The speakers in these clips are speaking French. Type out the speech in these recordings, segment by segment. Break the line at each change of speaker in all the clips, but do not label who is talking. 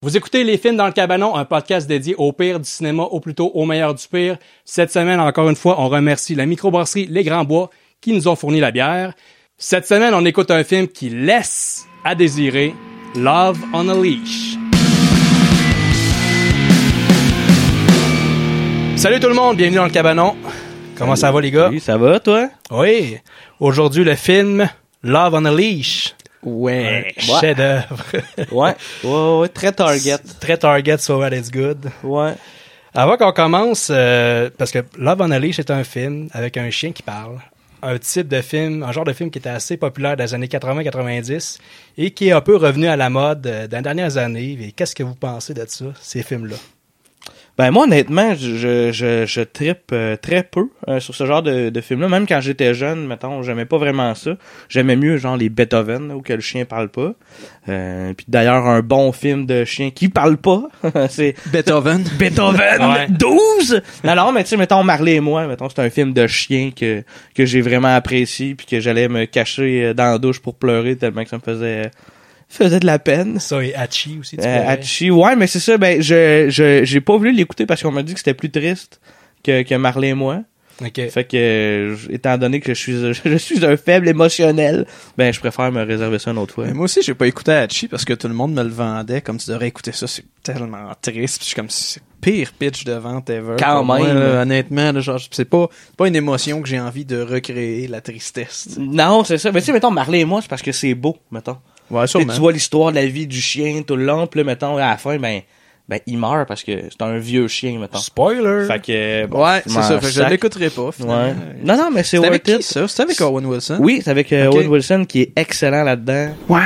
Vous écoutez Les Films dans le Cabanon, un podcast dédié au pire du cinéma, ou plutôt au meilleur du pire. Cette semaine, encore une fois, on remercie la microbrasserie Les Grands Bois qui nous ont fourni la bière. Cette semaine, on écoute un film qui laisse à désirer Love on a Leash. Salut tout le monde, bienvenue dans le Cabanon. Comment ça va les gars?
Oui, ça va, toi?
Oui, aujourd'hui le film Love on a Leash.
Ouais. Ouais.
Chef-d'œuvre.
Ouais. ouais, ouais, très target.
Très target, so that is good.
Ouais.
Avant qu'on commence, euh, parce que Love on a Leash est un film avec un chien qui parle. Un type de film, un genre de film qui était assez populaire dans les années 80-90 et qui est un peu revenu à la mode euh, dans les dernières années. Et qu'est-ce que vous pensez de ça, ces films-là?
Ben moi honnêtement, je je je, je trippe euh, très peu euh, sur ce genre de, de film là, même quand j'étais jeune, mettons, j'aimais pas vraiment ça. J'aimais mieux genre les Beethoven là, où que le chien parle pas. Euh, puis d'ailleurs un bon film de chien qui parle pas, c'est
Beethoven.
Beethoven
Ouais.
12. Non non, mais tu sais mettons Marley et moi, mettons c'est un film de chien que que j'ai vraiment apprécié puis que j'allais me cacher euh, dans la douche pour pleurer tellement que ça me faisait faisait de la peine.
Ça et Hachi aussi, tu
Euh,
pourrais.
Hachi, ouais, mais c'est ça, ben, je, je, j'ai pas voulu l'écouter parce qu'on m'a dit que c'était plus triste que, que Marley et moi.
Ok.
Fait que, euh, j- étant donné que je suis, je suis un faible émotionnel, ben, je préfère me réserver ça une autre fois.
Mais euh, moi aussi, j'ai pas écouté Hachi parce que tout le monde me le vendait comme tu devrais écouter ça. C'est tellement triste. Puis je suis comme c'est pire pitch de vente ever.
Quand
Pour moi,
même.
là, honnêtement, là, genre, c'est pas, c'est pas une émotion que j'ai envie de recréer, la tristesse. tu sais.
Non, c'est ça. Mais tu sais, mettons, Marley et moi, c'est parce que c'est beau, mettons.
Ouais,
Tu sais,
sûrement.
tu vois l'histoire de la vie du chien tout le long, puis là, mettons, à la fin, ben, ben, il meurt parce que c'est un vieux chien, mettons.
Spoiler!
Fait que, bon,
Ouais,
je
c'est
m'en
ça. Fait que je
sac.
l'écouterai pas,
Ouais.
finalement.
Non, non, mais c'est
C'était avec
worth it.
qui, ça? C'était avec Owen Wilson?
Oui, c'est avec euh,
Ok.
Owen Wilson qui est excellent là-dedans.
Wow!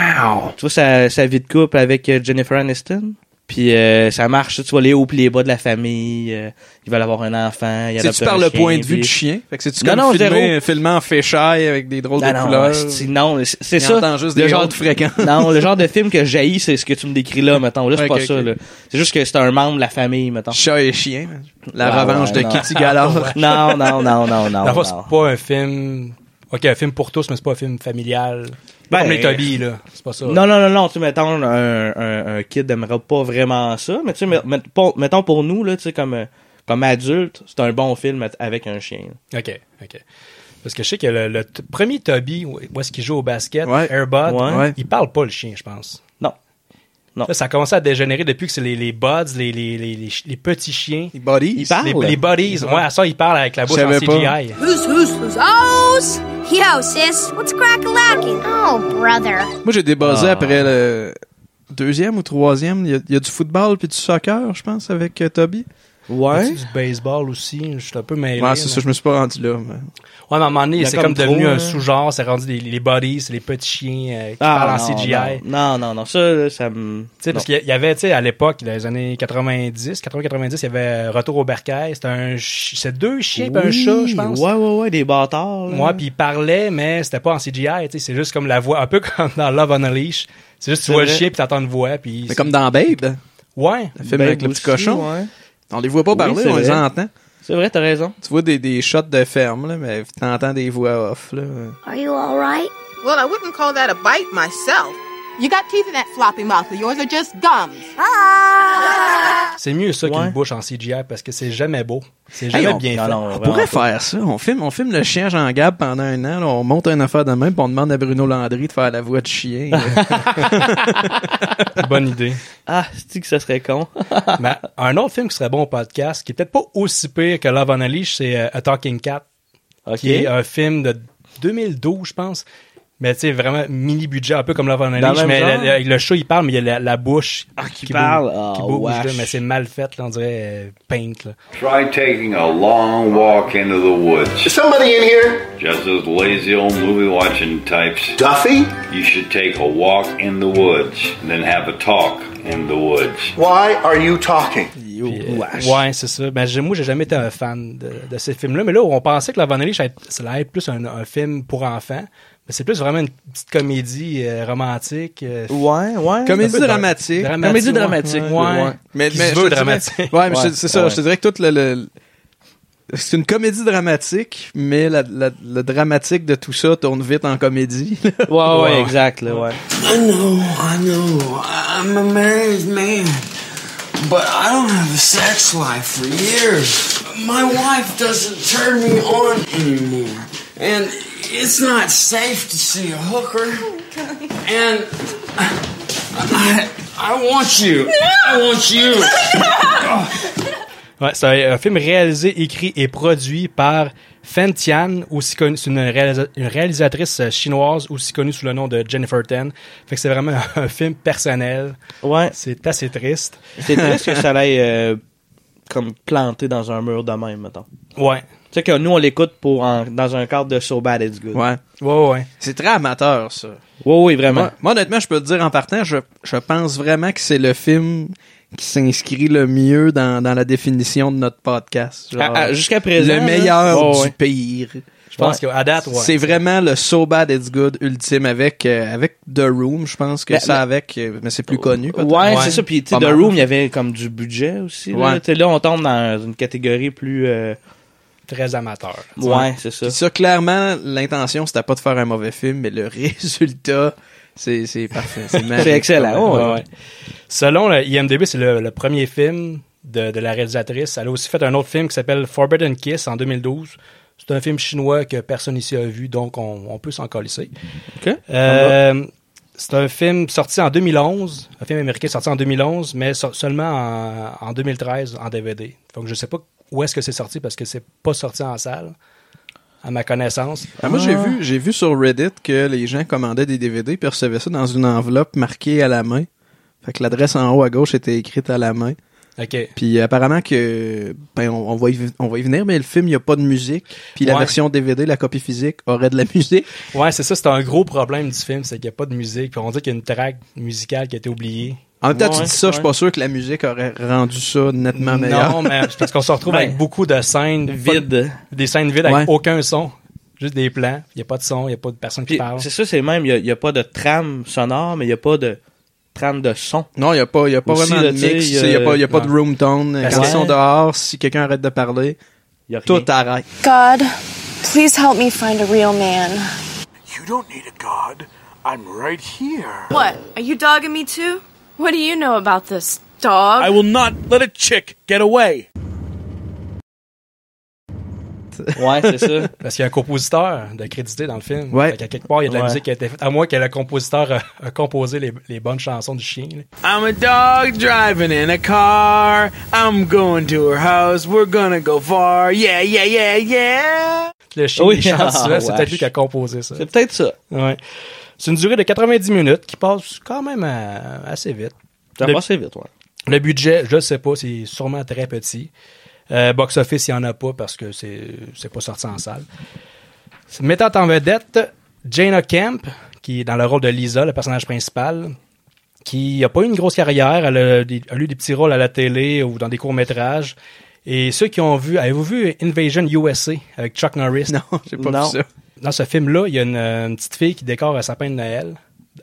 tu vois sa, sa vie de couple avec euh, Jennifer Aniston. Puis euh, ça marche, tu vois les hauts et les bas de la famille. euh, ils veulent avoir un enfant. Ils
C'est-tu
adoptent
par
un
le
chien,
point de vue
puis-
du chien? Fait que c'est-tu
Non,
comme
non,
filmé,
zéro.
filmé en féchaille avec des drôles
Non,
de
non,
couleurs?
c'est- non, c'est- c'est
Il
ça.
entend juste
le
des
genre
hautes fréquences.
non, le genre de film que jaillit, c'est ce que tu me décris là, mettons. Là, c'est
Ok,
pas
ok.
ça. là. C'est juste que c'est un membre de la famille, mettons.
Chat et chien. La
Ah,
revanche
ouais,
de
non. Ah,
Kitty Gallard.
Non, non, non, non, non.
Dans le fond,
non.
c'est pas un film. Ok, un film pour tous, mais c'est pas un film familial.
Ben,
Comme les Toby, là. C'est pas ça.
Non, non, non, non, tu sais, mettons, un, un, un kid n'aimera pas vraiment ça, mais tu sais, met- met- pour- mettons pour nous, là, tu sais, comme, euh, comme adulte, c'est un bon film avec un chien. là.
OK, OK. Parce que je sais que le, le t- premier Toby, où où est-ce qu'il joue au basket,
Ouais.
Airbud,
Ouais.
Ouais.
il parle pas le chien, je pense.
Non. Non.
Là, ça a commencé à dégénérer depuis que c'est les, les buds, les, les, les, les ch- les petits chiens.
Il body.
Il parle?
Les, les buddies. Ouais, à ça, ils parlent avec la bouche en
savais
CGI.
pas.
Who's who's who's house?
Yo, sis, what's crack a lacking? Oh, brother.
Moi, j'ai débuzzé
Ah.
après le deuxième ou troisième. Il y a, il y a du football puis du soccer, je pense, avec euh, Toby.
Ouais.
Ouais.
Du baseball aussi, je suis un peu mêlé.
Ouais, c'est
mais-
ça, je me suis pas rendu là. mais-
Ouais, mais à un moment
Il y
donné,
a
c'est
comme
comme, devenu
trop,
un
hein.
sous-genre, c'est rendu les, les buddies, c'est les petits chiens euh, qui
Ah,
parlent en
non,
CGI.
Non, non, non, non, ça, là, ça me.
Tu sais, parce qu'il y a- il y avait, tu sais, à l'époque, dans les années 90, 80-90, il y avait euh, Retour au bercail. C'était un, chi- c'est deux chiens pis un chat, je pense.
Ouais, ouais, ouais, des bâtards. là.
Moi, puis il parlait, mais c'était pas en CGI, tu sais, c'est juste comme la voix, un peu comme dans Love on a Leash. C'est juste, tu
C'est
vois le
vrai.
chien puis t'entends une voix puis.
Mais comme dans Babe,
Ouais.
le film
Ben,
avec le petit
aussi,
cochon.
ouais.
On les voit pas
Oui,
parler,
c'est
on les
vrai.
entend.
C'est vrai, t'as raison.
Tu vois des, des shots de ferme, là, mais t'entends des voix off. Là.
Are you alright?
Well, I wouldn't call that a bite myself. You got teeth in that floppy mouth of yours, or just gums?
Ah!
C'est mieux ça
Ouais.
qu'une bouche en CGI parce que c'est jamais beau. C'est
Hey,
jamais
on-
bien
non,
fait.
non,
On
vraiment
pourrait
pas.
faire ça. On filme, on filme le chien Jean-Gab pendant un an. là, on monte une affaire de même puis on demande à Bruno Landry de faire la voix de chien. là.
Bonne idée.
Ah, cest que ça serait con?
mais un autre film qui serait bon au podcast, qui est peut-être pas aussi pire que Love on a Leash, c'est euh, A Talking Cat.
ok.
qui est un film de 2012, je pense. Mais tu sais, vraiment mini-budget, un peu comme Love on a
Dans le
Leash,
même
mais
genre?
le, le- le chat, il parle, mais il y a la, la bouche
Ah, qui parle.
bouge,
Ah,
qui bouge, là,
wesh.
mais c'est mal fait, là, on dirait euh, paint. Là.
Try taking a long walk into the woods.
Is somebody in here?
Just those lazy old movie watching types,
Duffy?
you should take a walk in the woods and then have a talk in the woods.
Why are you talking?
Yo,
Puis, euh,
Oh, wesh.
ouais, c'est ça. Mais j'ai- moi, j'ai jamais été un fan de, de ces films-là. Mais là, on pensait que Love on a Leash, ça allait être- ça allait être plus un, un film pour enfants. Mais c'est plus vraiment une petite comédie euh, romantique. euh,
Ouais, ouais.
Comédie
un peu
dramatique.
dramatique,
Comédie
ouais.
dramatique,
Ouais.
ouais.
Qui se
je
veut
te dirais-
dramatique.
ouais, mais je-
Ouais,
c'est ça.
ouais.
Je te dirais que tout le, le- C'est une comédie dramatique, mais la, la- le dramatique de tout ça tourne vite en comédie.
Ouais, ouais, exact, là, ouais.
I know, Oh, I know. I'm a married man. But I don't have a sex life for years. My wife doesn't turn me on anymore. And it's not safe to see a hooker. And I, I want you. I want you.
Ouais, c'est un, un film réalisé, écrit et produit par Fen Tian, aussi connue, c'est une, réalisa- une réalisatrice euh, chinoise, aussi connue sous le nom de Jennifer Ten. Fait que c'est vraiment un, film personnel.
Ouais.
C'est assez triste.
C'est triste que ça aille euh, comme planté dans un mur de même, mettons.
Ouais.
Tu sais que nous, on l'écoute pour en- dans un cadre de So Bad It's Good.
ouais.
Ouais, ouais.
C'est très amateur, ça.
Oui, oui, vraiment.
Moi, moi, honnêtement, je peux te dire en partant, je, je pense vraiment que c'est le film qui s'inscrit le mieux dans, dans la définition de notre podcast. Genre,
À- à- Jusqu'à présent.
le
là,
meilleur
ouais,
du
ouais.
pire.
Je pense
Ouais.
qu'à date, ouais.
C'est vraiment le so bad it's good ultime avec euh, avec The Room, je pense que
Ben,
ça
ben-
avec euh, mais c'est plus connu peut-être.
Ouais,
Ouais.
c'est ça. Puis, tu sais,
Pas
The
mal.
Room, il y avait comme du budget aussi. Là,
Ouais.
Tu sais, là on tombe dans une catégorie plus. euh,
très amateur.
Ouais, c'est ça.
Puis ça clairement l'intention c'était pas de faire un mauvais film mais le résultat c'est c'est parfait, c'est magique.
C'est excellent. ouais,
Ouais,
ouais.
ouais. Selon le IMDb, c'est le, le premier film de, de la réalisatrice. Elle a aussi fait un autre film qui s'appelle Forbidden Kiss en 2012. C'est un film chinois que personne ici a vu, donc on, on peut s'en colisser.
Ok.
Euh, c'est un film sorti en 2011, un film américain sorti en 2011, mais so- seulement en, en 2013 en DVD. Donc je sais pas où est-ce que c'est sorti parce que c'est pas sorti en salle, à ma connaissance.
Ah, moi j'ai vu j'ai vu sur Reddit que les gens commandaient des DVD puis recevaient ça dans une enveloppe marquée à la main. Fait que l'adresse en haut à gauche était écrite à la main.
Ok.
Puis euh, apparemment que ben on, on va y, on va y venir mais le film il y a pas de musique. Puis la
Ouais.
version DVD la copie physique aurait de la musique.
Ouais, c'est ça, c'est un gros problème du film, c'est qu'il n'y a pas de musique. Puis on dit qu'il y a une track musicale qui a été oubliée.
En même temps,
Ouais,
tu dis ça, je suis pas sûr que la musique aurait rendu ça nettement meilleur.
Non, mais c'est parce qu'on se retrouve avec
Ben,
beaucoup de scènes
Vide.
pas- des scènes vides avec
Ouais.
aucun son. Juste des plans. Il n'y a pas de son, il n'y a pas de personne qui
Puis,
parle.
c'est ça, c'est le même. Il n'y a, pas de trame sonore, mais il n'y a pas de trame de son.
Non, il n'y a pas, y a pas
Aussi,
vraiment
là,
de
tu sais,
mix,
y a-
il n'y a, pas, y a pas de
non.
room tone. euh,
Parce
Quand
que-
ils sont dehors, si quelqu'un arrête de parler,
Il y a rien.
tout arrête.
God, please help me find a real man.
You don't need a god. I'm right here.
What? Are you dogging me too? What do you know about this dog?
I will not let a chick get away.
Ouais, c'est ça.
Parce qu'il y a un compositeur de crédité dans le film.
Ouais.
à quelque part, il y a de la
Ouais.
musique qui a été faite. À moins que le compositeur a, a composé les, les bonnes chansons du chien. là.
I'm a dog driving in a car. I'm going to her house. We're gonna go far. Yeah, yeah, yeah, yeah.
Le chien
Oui.
il chante
Ah,
ça, c'est
wesh.
peut-être lui qui a composé ça.
c'est peut-être ça.
Ouais. C'est une durée de 90 minutes qui passe quand même euh, assez vite.
Ça
Le-
va assez vite, ouais.
Le budget, je ne sais pas, c'est sûrement très petit. Euh, box office, il n'y en a pas parce que c'est c'est pas sorti en salle. Mettant en vedette Jana Camp, qui est dans le rôle de Lisa, le personnage principal, qui n'a pas eu une grosse carrière. Elle a, des- elle a eu des petits rôles à la télé ou dans des courts-métrages. Et ceux qui ont vu, avez-vous vu Invasion USA avec Chuck Norris?
Non, j'ai pas
Non.
vu ça.
Dans ce film-là, il y a une, euh, une petite fille qui décore un sapin de Noël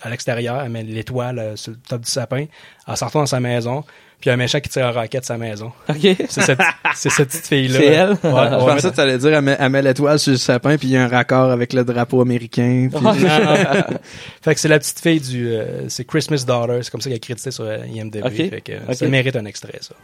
à l'extérieur. Elle met l'étoile euh, sur le top du sapin. Elle s'en retourne dans sa maison. Puis il y a un méchant qui tire un rocket de sa maison.
OK.
C'est cette, c'est cette petite fille-là.
C'est elle?
Ouais,
Je
ouais,
pensais que tu allais dire, elle met, elle met l'étoile sur le sapin, puis il y a un raccord avec le drapeau américain. puis-
mais- Non, non. fait que c'est la petite fille du... euh, c'est Christmas Daughter. C'est comme ça qu'elle est créditée sur euh, IMDb.
Ok.
Fait que, euh,
Ok.
Ça mérite un extrait, ça.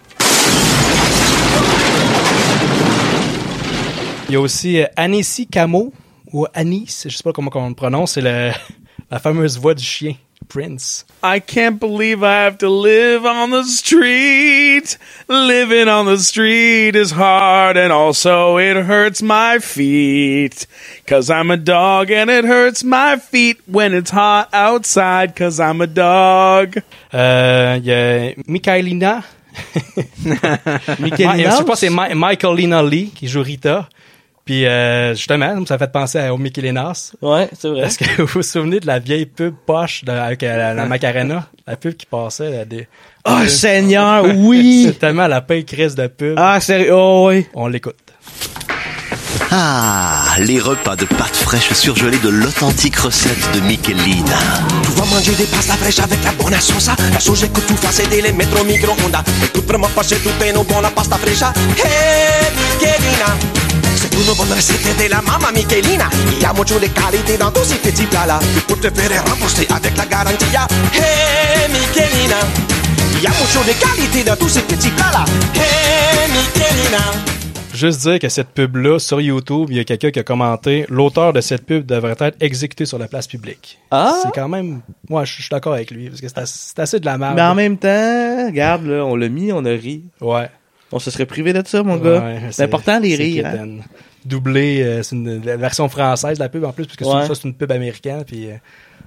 Il y a aussi euh, Anissi Camo, ou Anis, je sais pas comment on le prononce. C'est le- la fameuse voix du chien, Prince.
I can't believe I have to live on the street. Living on the street is hard and also it hurts my feet. Cause I'm a dog and it hurts my feet when it's hot outside cause I'm a dog.
Euh, Il y a Michaelina.
Mickey
Ma- je sais
Mouse?
pas, c'est Ma- Michaelina Lee qui joue Rita. Puis euh, justement, ça fait penser à- au Michaelinas.
Ouais, c'est vrai.
Est-ce que vous vous souvenez de la vieille pub poche de- avec euh, la, la Macarena? La pub qui passait. là, des...
Oh, Seigneur, oui!
C'est tellement la paix crise de pub.
Ah, sérieux, oh, oui.
On l'écoute.
Ah,
les repas de pâtes fraîches surgelées de l'authentique recette de Michelina.
Tu vas manger des pastas fraîches avec la bonne sauce. hein. La chose que tu fais, c'est de les mettre au micro-ondes. hein. Et tout vraiment passer tout une bonne pasta fraîche. hein. Hey, Michelina. C'est une bonne recette de la maman Michelina. Il y a beaucoup de qualité dans tous ces petits plats-là. Et pour te faire rembourser avec la garantie, hein. hey, Michelina. Il y a beaucoup de qualité dans tous ces petits plats-là. Hey, Michelina.
Juste dire que cette pub-là, sur YouTube, il y a quelqu'un qui a commenté l'auteur de cette pub devrait être exécuté sur la place publique.
Ah!
C'est quand même. Moi, je je suis d'accord avec lui, parce que c'est assez, c'est assez de la merde.
Mais en même temps, regarde, là, on l'a mis, on a ri.
Ouais.
On se serait privé de ça, mon gars.
Ouais,
c'est important, les
c'est
rires. hein.
quétaine. Doublé, euh, c'est une, la version française de la pub en plus, parce que c'est-
Ouais.
ça, c'est une pub américaine. Puis, euh,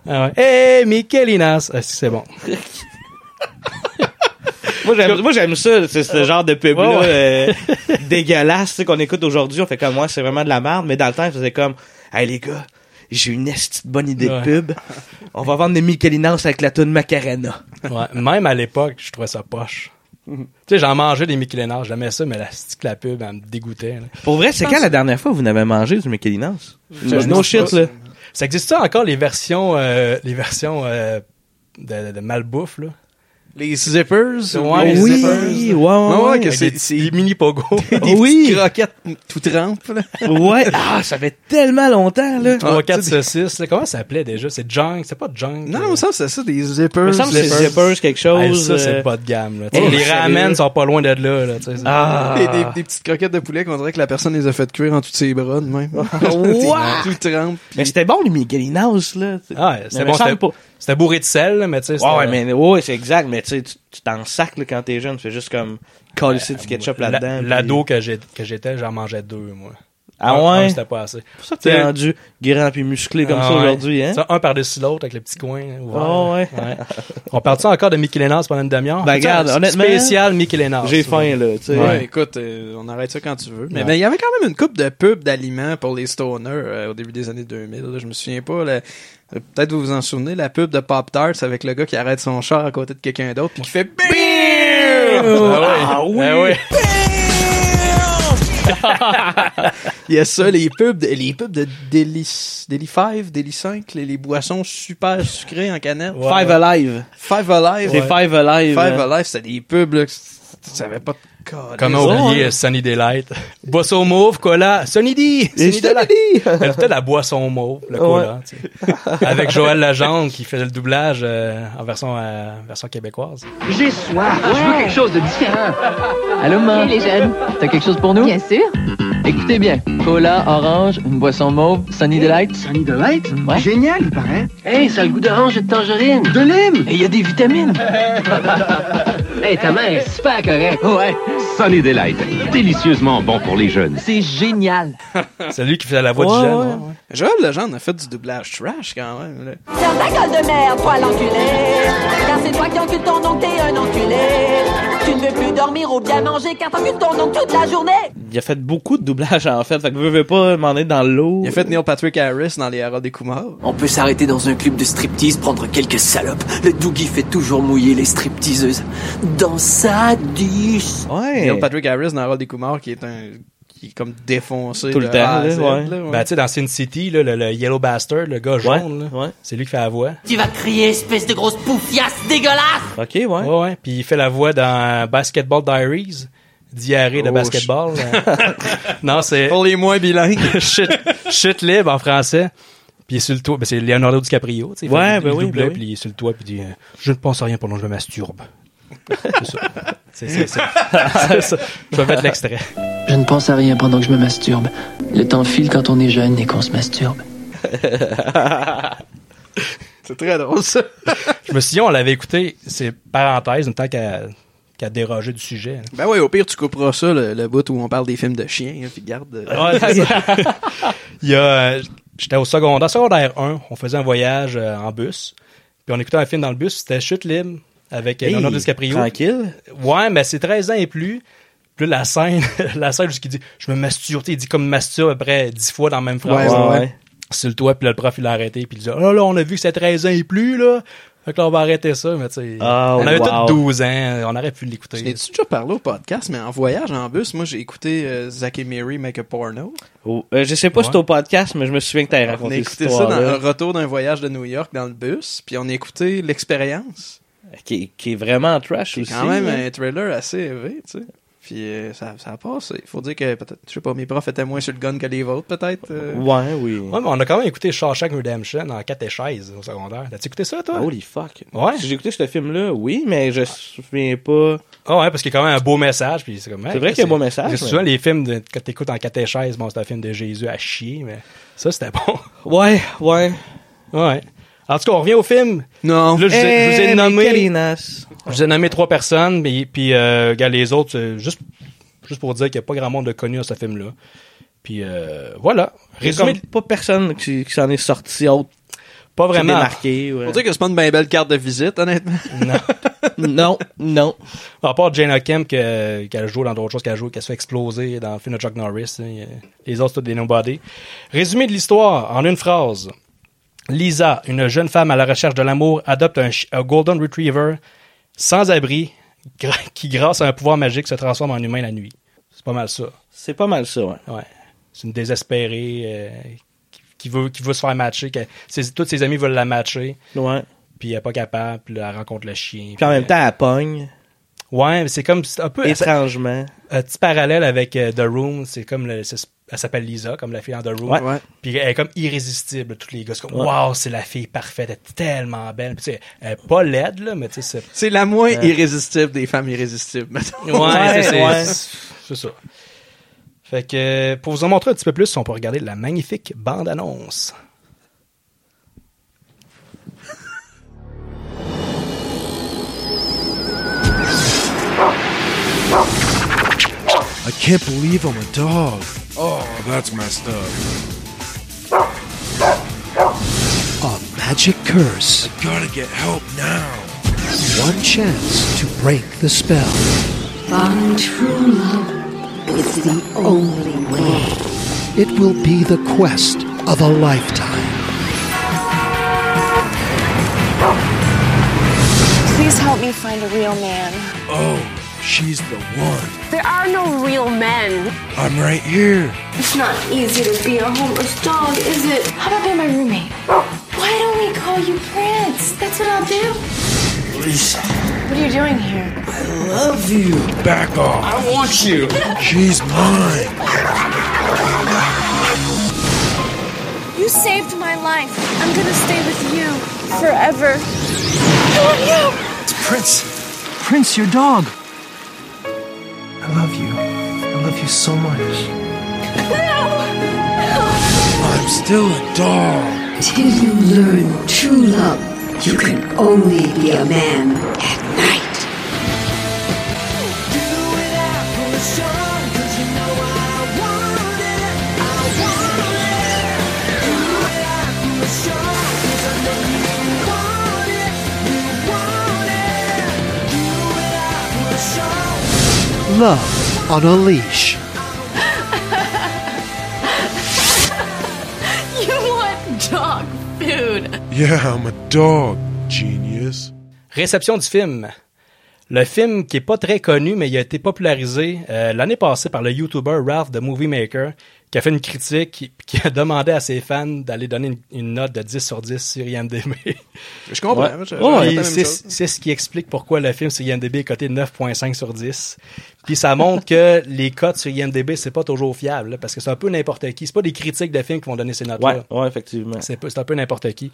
ah ouais. Hey, Michelinas! Ah, si, c'est bon.
Moi, j'aime- Moi, j'aime ça, c'est ce genre de pub-là
Ouais,
euh, dégueulasse tu sais, qu'on écoute aujourd'hui. On fait comme, moi, c'est vraiment de la merde. Mais dans le temps, je faisais comme, hey, les gars, j'ai une esti de bonne idée
Ouais.
de pub. On va vendre des Michelinas avec la toune Macarena.
Ouais. Même à l'époque, je trouvais ça poche.
Mhm.
Tu sais, j'en mangeais des Michelinas, j'aimais ça, mais la stick, la pub, elle me dégoûtait. là.
Pour vrai, c'est quand la dernière fois vous n'avez mangé du Michelinas?
Je
Mm. No
sais
shit,
pas.
là.
Ça existe ça encore, les versions, euh, les versions euh, de, de malbouffe, là?
Les zippers?
Ouais,
les
les
Oui, ouais, ouais,
zippers,
Ouais, ouais, que
ouais.
c'est
des-
c'est Ah, des mini
Pogo.
des
Oh, Oui.
petites croquettes tout trempes. là.
Ouais, ah, ça fait tellement longtemps, là. Ah,
3, 4
tu sais,
saucisses. là. Comment ça s'appelait déjà? C'est junk, c'est pas junk.
Non,
euh.
ça c'est ça, des
Il
zippers.
me semble que c'est Zippers quelque
Hey,
chose.
ça,
euh,
c'est pas de gamme. Là. Tu sais,
oh,
les
sérieux?
ramen sont pas loin de là. là tu sais, c'est-
Ah.
Des, des- des petites croquettes de poulet qu'on dirait que la personne les a fait cuire en toutes ses bras de même.
Ah.
Ouah!
Tout trempe.
Mais c'était bon, les Michelinas, là.
Ah,
Mais
c'était
me
bon,
semble
c'était-
pas.
C'était bourré de sel, là, mais tu sais.
Ouais,
c'était-
ouais, mais ouais, c'est exact, mais tu sais, tu tu t'en sacs là, quand t'es jeune, tu fais juste comme coller du ketchup
Euh, La-
là-dedans. puis-
L'ado que j'ai- que j'étais, j'en mangeais deux, moi.
Ah
Un-
ouais?
un, C'était pas assez. ah,
C'est pour ça que t'es rendu grand puis musclé comme ça aujourd'hui, hein?
Ça, un par-dessus l'autre avec le petit coin. hein, ouvert,
Ah
là.
ouais.
On parle-tu encore de Michelinas pendant une demi-heure?
Ben,
Fait que,
regarde,
c'est
honnêtement,
Spécial Michelinas.
J'ai faim, là, tu sais.
Ouais, écoute, euh, on arrête ça quand tu veux. Mais
Ouais.
ben, il y avait quand même une coupe de pubs d'aliments pour les stoners euh, au début des années 2000. là. Je me souviens pas. la- euh, Peut-être vous vous en souvenez, la pub de Pop Tarts avec le gars qui arrête son char à côté de quelqu'un d'autre puis qui fait
Ah oui! Ah oui!
Il y a ça, les pubs, de- les pubs de Deli, Deli 5, Deli 5, les, les boissons super sucrées en canette.
Ouais.
Five Alive.
Five Alive.
C'est Five Alive.
Five
hein.
Alive, c'était des pubs, là. que Tu savais pas de
Comment
Ouais,
oublier
ouais.
Sunny Delight? Boisson mauve, cola, Sunny D!
Et
Sunny
je te l'ai
Delight.
dit.
Elle était la boisson mauve, le cola. tu sais. Avec Joël Legendre qui faisait le doublage euh, en version, euh, version québécoise.
J'ai soif. Je veux quelque chose de différent. Allô, maman?
les jeunes.
T'as quelque chose pour nous?
Bien sûr.
Écoutez bien. Cola, orange, une boisson mauve, Sunny Delight. Sunny Delight? Ouais. Génial, il paraît. Hey, ça a le goût d'orange et de tangerine. De lime! Et il y a des vitamines. hey, ta main est super correcte. Ouais.
Sunny Delight, délicieusement bon pour les jeunes.
C'est génial.
C'est lui qui faisait la voix
Ouais,
du jeune.
ouais.
ouais, ouais.
Joël Legendre a fait du doublage trash quand même. là.
Sors ta gueule de merde, poil enculé. Car c'est toi qui encule ton oncle, t'es un enculé. Tu ne veux plus dormir ou bien manger car t'encules ton oncle toute la journée.
Il a fait beaucoup de doublage, en fait. Fait que veux, veux pas m'en aller dans l'eau.
Il a fait Neil Patrick Harris dans les Haras des Kumars.
On peut s'arrêter dans un club de striptease, prendre quelques salopes. Le Dougie fait toujours mouiller les stripteaseuses. Dans sa douche.
Ouais.
Neil Patrick Harris dans Harold Kumar qui est un qui est comme défoncé
Tout
de
le temps,
A à
là,
Z,
ouais.
là, ouais.
Ben, tu sais, dans Sin City, là, le, le Yellow Bastard, le gars jaune, là,
ouais.
c'est lui qui fait la voix.
Tu vas crier, espèce de grosse poufiasse dégueulasse
Ok, ouais.
Ouais, ouais. Puis il fait la voix dans Basketball Diaries, diarrhée de
Oh,
basketball. Euh, non, c'est
Pour les moins bilingues.
shit, shit libre en français. Puis il est sur le toit, ben, c'est Leonardo DiCaprio, tu sais. il
Ouais,
fait-
ben
il
oui,
doublait,
ben oui.
Puis il est sur le toit, puis il dit euh, Je ne pense à rien pendant que je me masturbe. C'est ça. C'est- c'est- c'est- c'est ça. Je vais mettre l'extrait.
Je ne pense à rien pendant que je me masturbe. Le temps file quand on est jeune et qu'on se masturbe.
C'est très drôle ça.
Je me suis dit, on l'avait écouté, c'est parenthèse, une tant qu'à qu'à déroger du sujet. hein.
Ben ouais, au pire tu couperas ça le, le bout où on parle des films de chiens, hein, puis garde. euh,
Il y a, euh, j'étais au secondaire, secondaire 1, on faisait un voyage euh, en bus, puis on écoutait un film dans le bus, c'était Chute libre avec euh,
Hey,
Leonardo DiCaprio.
Tranquille.
Ouais, mais c'est 13 ans et plus. Puis là, la scène, la scène où il dit je me masturbe, Tu sais, il dit comme masturbe après 10 fois dans la même phrase.
Ouais, ouais, ouais.
Ah, Sur le toit, puis là, le prof il a arrêté, puis il dit oh là, on a vu que c'est 13 ans et plus là. Fait que là, on va arrêter ça, mais tu sais.
Ah,
on avait
wow.
tous 12 ans, on aurait pu l'écouter.
Je l'ai déjà parlé au podcast, mais en voyage, en bus, moi, j'ai écouté euh, Zack et Mary Make a Porno.
Oh, euh, je sais pas si c'est au podcast, mais je me souviens que t'avais
On a
raconté cette
écouté ça dans le
histoire-là,
retour d'un voyage de New York dans le bus, puis on a écouté l'expérience.
qui, est- qui est vraiment trash
C'est
aussi.
quand même euh,
là.
un trailer assez élevé, tu sais. Puis euh, ça, ça a passé. Faut dire que peut-être, je sais pas, mes profs étaient moins sur le gun que les vôtres, peut-être. euh.
Ouais, oui.
Ouais, mais on a quand même écouté Shawshank Redemption en catéchèse au secondaire. T'as-tu écouté ça, toi?
Holy fuck.
Ouais.
J'ai écouté ce film-là, oui, mais je me souviens pas.
Ah ouais, parce qu'il y a quand même un beau message. Puis c'est comme,
C'est vrai qu'il y a un beau message,
parce que
mais-
Souvent, les films de, que t'écoutes en catéchèse, bon, c'est un film de Jésus à chier, mais ça, c'était bon.
Ouais, ouais.
Ouais. En tout cas, on revient au film.
Non.
Là, je, vous ai- je vous ai
Eh,
nommé,
Michelinas.
je vous ai nommé trois personnes, mais, puis euh, regarde, les autres, euh, juste, juste pour dire qu'il n'y a pas grand monde de connu à ce film-là. Puis euh, voilà.
Il y a
Résumé,
comme pas personne qui, qui s'en est sorti autre.
pas vraiment.
marqué.
Faut dire que c'est pas une bien belle carte de visite, honnêtement.
non, non.
Par rapport à Jane O'Kem, que- qu'elle joue dans d'autres choses, qu'elle joue, qu'elle se fait exploser dans le film de Chuck Norris. hein, y a- les autres, c'est tous des nobody. Résumé de l'histoire en une phrase. Lisa, une jeune femme à la recherche de l'amour, adopte un, chi- un Golden Retriever sans abri gra- qui, grâce à un pouvoir magique, se transforme en humain la nuit. C'est pas mal ça.
C'est pas mal ça, ouais.
Ouais. C'est une désespérée euh, qui, qui veut, qui veut se faire matcher. que ses- tous ses amis veulent la matcher,
Ouais.
puis elle n'est pas capable, puis là, elle rencontre le chien.
Puis en même temps, elle pogne,
Ouais, mais c'est comme c'est un peu
étrangement.
un petit parallèle avec euh, The Room, c'est comme le- c'est- elle s'appelle Lisa, comme la fille en The Room.
Ouais.
Ouais.
Puis elle est comme irrésistible, tous les gars. C'est comme,
Ouais.
waouh, c'est la fille parfaite, elle est tellement belle. Puis, tu sais, elle est pas laide, là, mais tu sais, c'est.
C'est la moins irrésistible des femmes irrésistibles, mettons.
Ouais,
c'est- c'est-
ouais.
c'est ça. Fait que, euh, pour vous en montrer un petit peu plus, on peut regarder la magnifique bande-annonce.
I can't believe I'm a dog. Oh, that's messed up. A magic curse. I gotta get help now. One chance to break the spell.
Find true love is the only way.
It will be the quest of a lifetime.
Please help me find a real man.
Oh, she's the one.
There are no real men.
I'm right here.
It's not easy to be a homeless dog, is it? How about being my roommate? Why don't we call you Prince? That's what I'll do.
Lisa,
What are you doing here?
I love you. Back off. I want you. She's mine.
You saved my life. I'm gonna stay with you forever. I love you.
It's Prince. Prince, your dog. I love you. I love you so much. I'm still a dog.
Till you learn true love, you can only be a man at night.
Love on a leash.
You want dog food.
Yeah, I'm a dog, genius.
Réception du film. Le film qui est pas très connu, mais il a été popularisé euh, l'année passée par le YouTuber Ralph the Movie Maker, qui a fait une critique et qui a demandé à ses fans d'aller donner une, une note de 10 sur 10 sur IMDb.
Je comprends.
Ouais.
moi, je-
Oh,
j'aurais fait
et
la même
c'est
chose.
c'est ce qui explique pourquoi le film sur IMDb est coté 9.5 sur 10. Puis ça montre que les cotes sur IMDb, c'est pas toujours fiable, là, parce que c'est un peu n'importe qui. C'est pas des critiques de films qui vont donner ces notes-là.
Ouais, ouais, effectivement.
C'est peu- c'est un peu n'importe qui.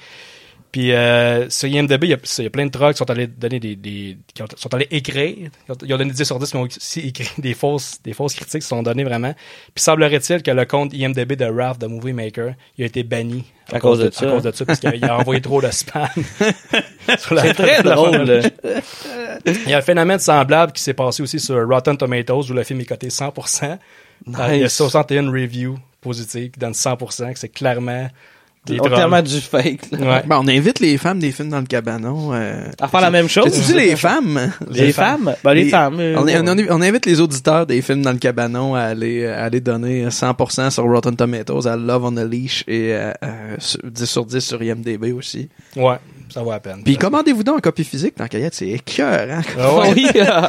Puis euh, sur IMDb, il y, a, il y a plein de trucs qui sont allés donner des, des- qui ont- sont allés écrire. Ils ont, ils ont donné 10 sur 10, mais ils ont aussi écrit des fausses, des fausses critiques qui sont données vraiment. Puis semblerait-il que le compte IMDb de Ralph, de Movie Maker, il a été banni
À cause de ça,
À cause de
hein.
ça, parce qu'il a envoyé trop de spam. sur la-
C'est très
la-
drôle. là.
Il y a un phénomène semblable qui s'est passé aussi sur Rotten Tomatoes où le film est coté 100%. Euh, Il y a
Nice.
61 reviews positives qui donnent 100%, que c'est clairement des
Donc,
trolls.
clairement du fake. là.
Ouais.
Ben, on invite les femmes des films dans le cabanon. euh,
À faire la même chose.
J'ai dit les femmes.
Les femmes? Ben, les femmes, euh,
on,
ouais.
on- on invite les auditeurs des films dans le cabanon à aller, à aller donner 100% sur Rotten Tomatoes, à Love on a Leash et euh, euh, sur- 10 sur 10 sur IMDB aussi.
Ouais. Ça vaut la peine.
Puis commandez-vous donc une copie physique dans Caillette, c'est écœurant.
Ah ouais.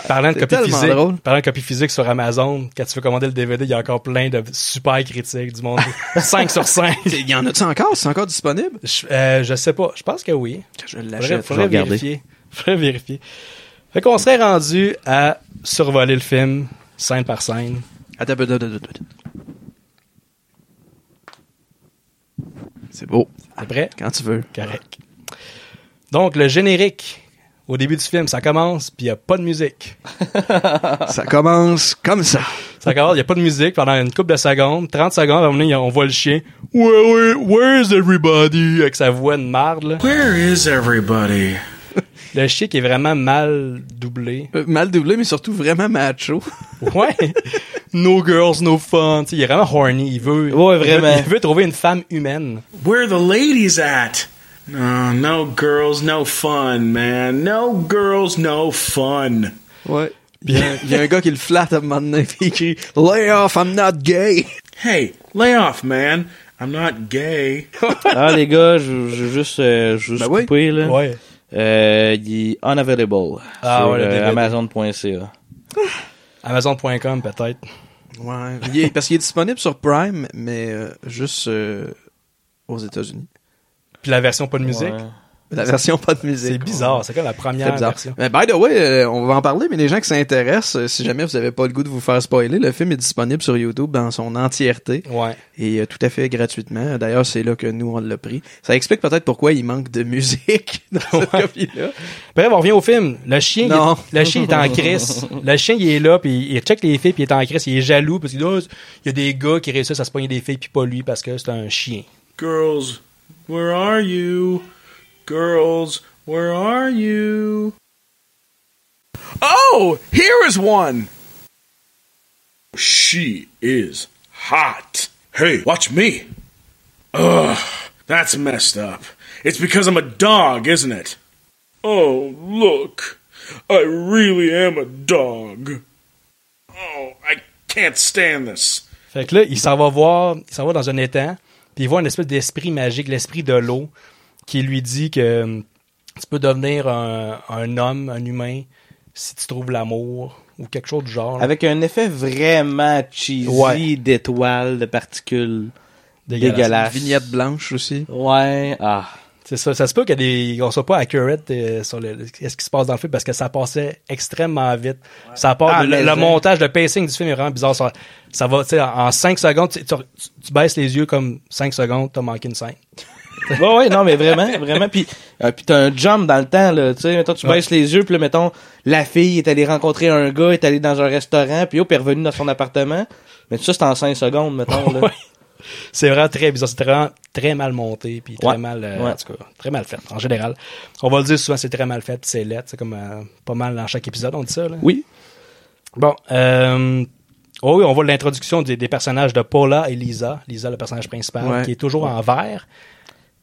Parlant de
euh, C'est
copie
tellement
physique,
drôle.
parlant de copie physique sur Amazon, quand tu veux commander le DVD, il y a encore plein de super critiques du monde. 5 sur 5.
Il y en a-tu encore? C'est encore disponible?
Je, euh, je sais pas. Je pense que oui.
Je
Faudrait,
l'achète.
faudrait vérifier. Faudrait vérifier. Fait qu'on serait rendu à survoler le film, scène par scène.
Attends, attends, attends, attends, attends. C'est beau.
T'es prêt?
Quand tu veux.
Correct. Donc, le générique au début du film, ça commence, puis il n'y a pas de musique.
Ça commence comme ça.
Ça commence, il n'y a pas de musique pendant une couple de secondes, 30 secondes, à un moment donné, on voit le chien. Where, where- where's everybody? Avec sa voix de marde, là.
Where is everybody?
Le chien qui est vraiment mal doublé.
Euh, Mal doublé, mais surtout vraiment macho.
Ouais. No girls, no fun. Tu sais, il est vraiment horny. Il veut,
Ouais,
il
vraiment.
veut, il veut trouver une femme humaine.
Where are the ladies at? No, no girls, no fun, man. No girls, no fun.
Ouais. Il y, a, il y a un gars qui le flatte à un moment donné, puis il crie « Lay off, I'm not gay!
Hey, lay off, man. I'm not gay.
Ah, les gars, je je veux juste, euh, je veux juste
Ben oui.
couper, là.
Ouais.
Euh, il est unavailable
Ah,
sur
ouais, le
euh,
DVD.
Amazon.ca. »
Amazon.com, peut-être.
Ouais. Il est- parce qu'il est disponible sur Prime, mais euh, juste euh, aux États-Unis.
Puis la version pas de musique.
La version pas de musique.
C'est bizarre. C'est comme la
C'est
première
bizarre.
version.
Mais by the way, euh, on va en parler, mais les gens qui s'intéressent, euh, si jamais vous avez pas le goût de vous faire spoiler, le film est disponible sur YouTube dans son entièreté.
Ouais.
Et euh, tout à fait gratuitement. D'ailleurs, c'est là que nous, on l'a pris. Ça explique peut-être pourquoi il manque de musique dans cette copie-là.
Bref, on revient au film. Le chien, il est-
Non.
le chien il est en crise. Le chien, il est là, puis il check les filles, puis il est en crise. Il est jaloux, parce qu'il dit, Oh, il y a des gars qui réussissent à se pogner des filles, puis pas lui, parce que c'est un chien.
Girls, where are you? Girls, where are you? Oh, here is one. She is hot. Hey, watch me. Ugh, that's messed up. It's because I'm a dog, isn't it? Oh, look. I really am a dog. Oh, I can't stand this.
Fait que là, il s'en va voir, il s'en va dans un étang, puis il voit une espèce d'esprit magique, l'esprit de l'eau, qui lui dit que hum, tu peux devenir un, un homme, un humain, si tu trouves l'amour, ou quelque chose du genre.
Avec un effet vraiment cheesy
Ouais.
d'étoiles, de particules
Dégueulasse.
dégueulasses.
Une
vignette blanche aussi.
Ouais, ah.
C'est ça, ça se peut qu'on ne soit pas accurate euh, sur le- ce qui se passe dans le film parce que ça passait extrêmement vite. Ça part
Ah,
de-
mais
le, le
hein.
montage, le pacing du film est vraiment bizarre. Ça, ça va, tu sais, en 5 secondes, tu, tu- tu baisses les yeux comme 5 secondes, t'as manqué une scène.
ouais, ouais, non, mais vraiment, vraiment. Puis, euh, puis t'as un jump dans le temps, là. Tu sais, mettons, tu baisses les yeux, puis là, mettons, la fille est allée rencontrer un gars, est allée dans un restaurant, puis hop, elle est revenue dans son appartement. Mais ça, c'est en 5 secondes, mettons, là.
Ouais. C'est vraiment très bizarre. C'est vraiment très mal monté, puis très
Ouais.
mal, euh,
Ouais.
en tout cas, très mal fait, en général. On va le dire souvent, c'est très mal fait, puis c'est laid. C'est comme euh, pas mal dans chaque épisode, on dit ça, là.
Oui.
Bon, euh, oh oui, on voit l'introduction des, des personnages de Paula et Lisa. Lisa, le personnage principal,
Ouais.
qui est toujours en vert.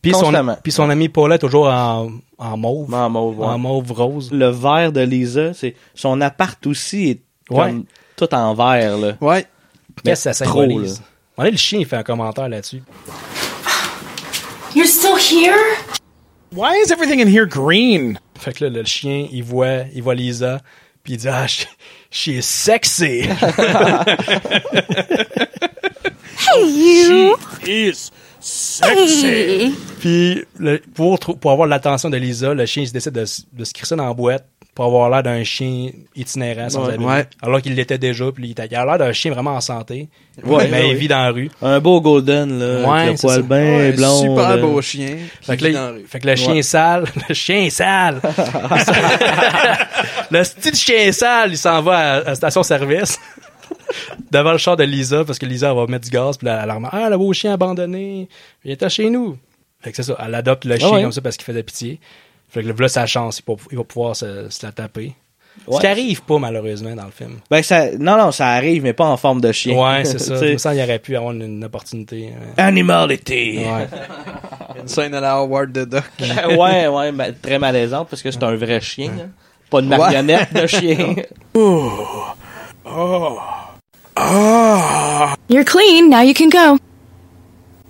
Puis son,
Constamment.
puis son ami Paula est toujours en, en mauve.
En mauve, ouais.
En mauve rose.
Le vert de Lisa, c'est son appart aussi est comme
Ouais.
tout en vert, là.
Ouais.
Qu'est-ce que ça
trop,
symbolise?
là.
On a le chien, il fait un commentaire là-dessus.
You're still here?
Why is everything in here green?
Fait que là, le chien, il voit, il voit Lisa, puis il dit Ah, she, she is sexy!
Hey, you. She is sexy.
puis le- pour, trou- pour avoir l'attention de Lisa, le chien, il se décide de, s- de se crisser dans la boîte pour avoir l'air d'un chien itinérant sans
Ouais.
habit.
Ouais.
Alors qu'il l'était déjà, puis il, était- il a l'air d'un chien vraiment en santé.
Ouais,
mais
ouais,
il
ouais.
vit dans la rue.
Un beau golden, là.
Ouais,
avec
c'est
le poil
ça.
bien
Ouais,
blond.
super
là.
beau chien.
Fait que,
Qui
là,
vit dans la
il-
rue.
fait que le chien
Ouais.
est sale, le chien est sale. le style chien est sale, il s'en va à, à station-service devant le char de Lisa parce que Lisa elle va mettre du gaz puis là, elle remarque ah le beau chien abandonné, il était chez nous. Fait que c'est ça, elle adopte le chien
Ah ouais.
comme ça parce qu'il faisait pitié. Fait que là, voilà sa chance, il va, il va pouvoir se, se la taper. Ce
Ouais.
qui arrive pas malheureusement dans le film.
Ben, ça, non, non, ça arrive, mais pas en forme de chien.
Ouais, c'est ça.
Tu sais.
Je me sens qu'il aurait pu avoir une, une opportunité. euh.
Animality.
Ouais.
Une scène à la Howard the Duck.
ouais, ouais, ma- très malaisante parce que c'est un vrai chien. là. Pas une marionnette de chien.
Ooh. Oh. Ah.
You're clean, now you can go.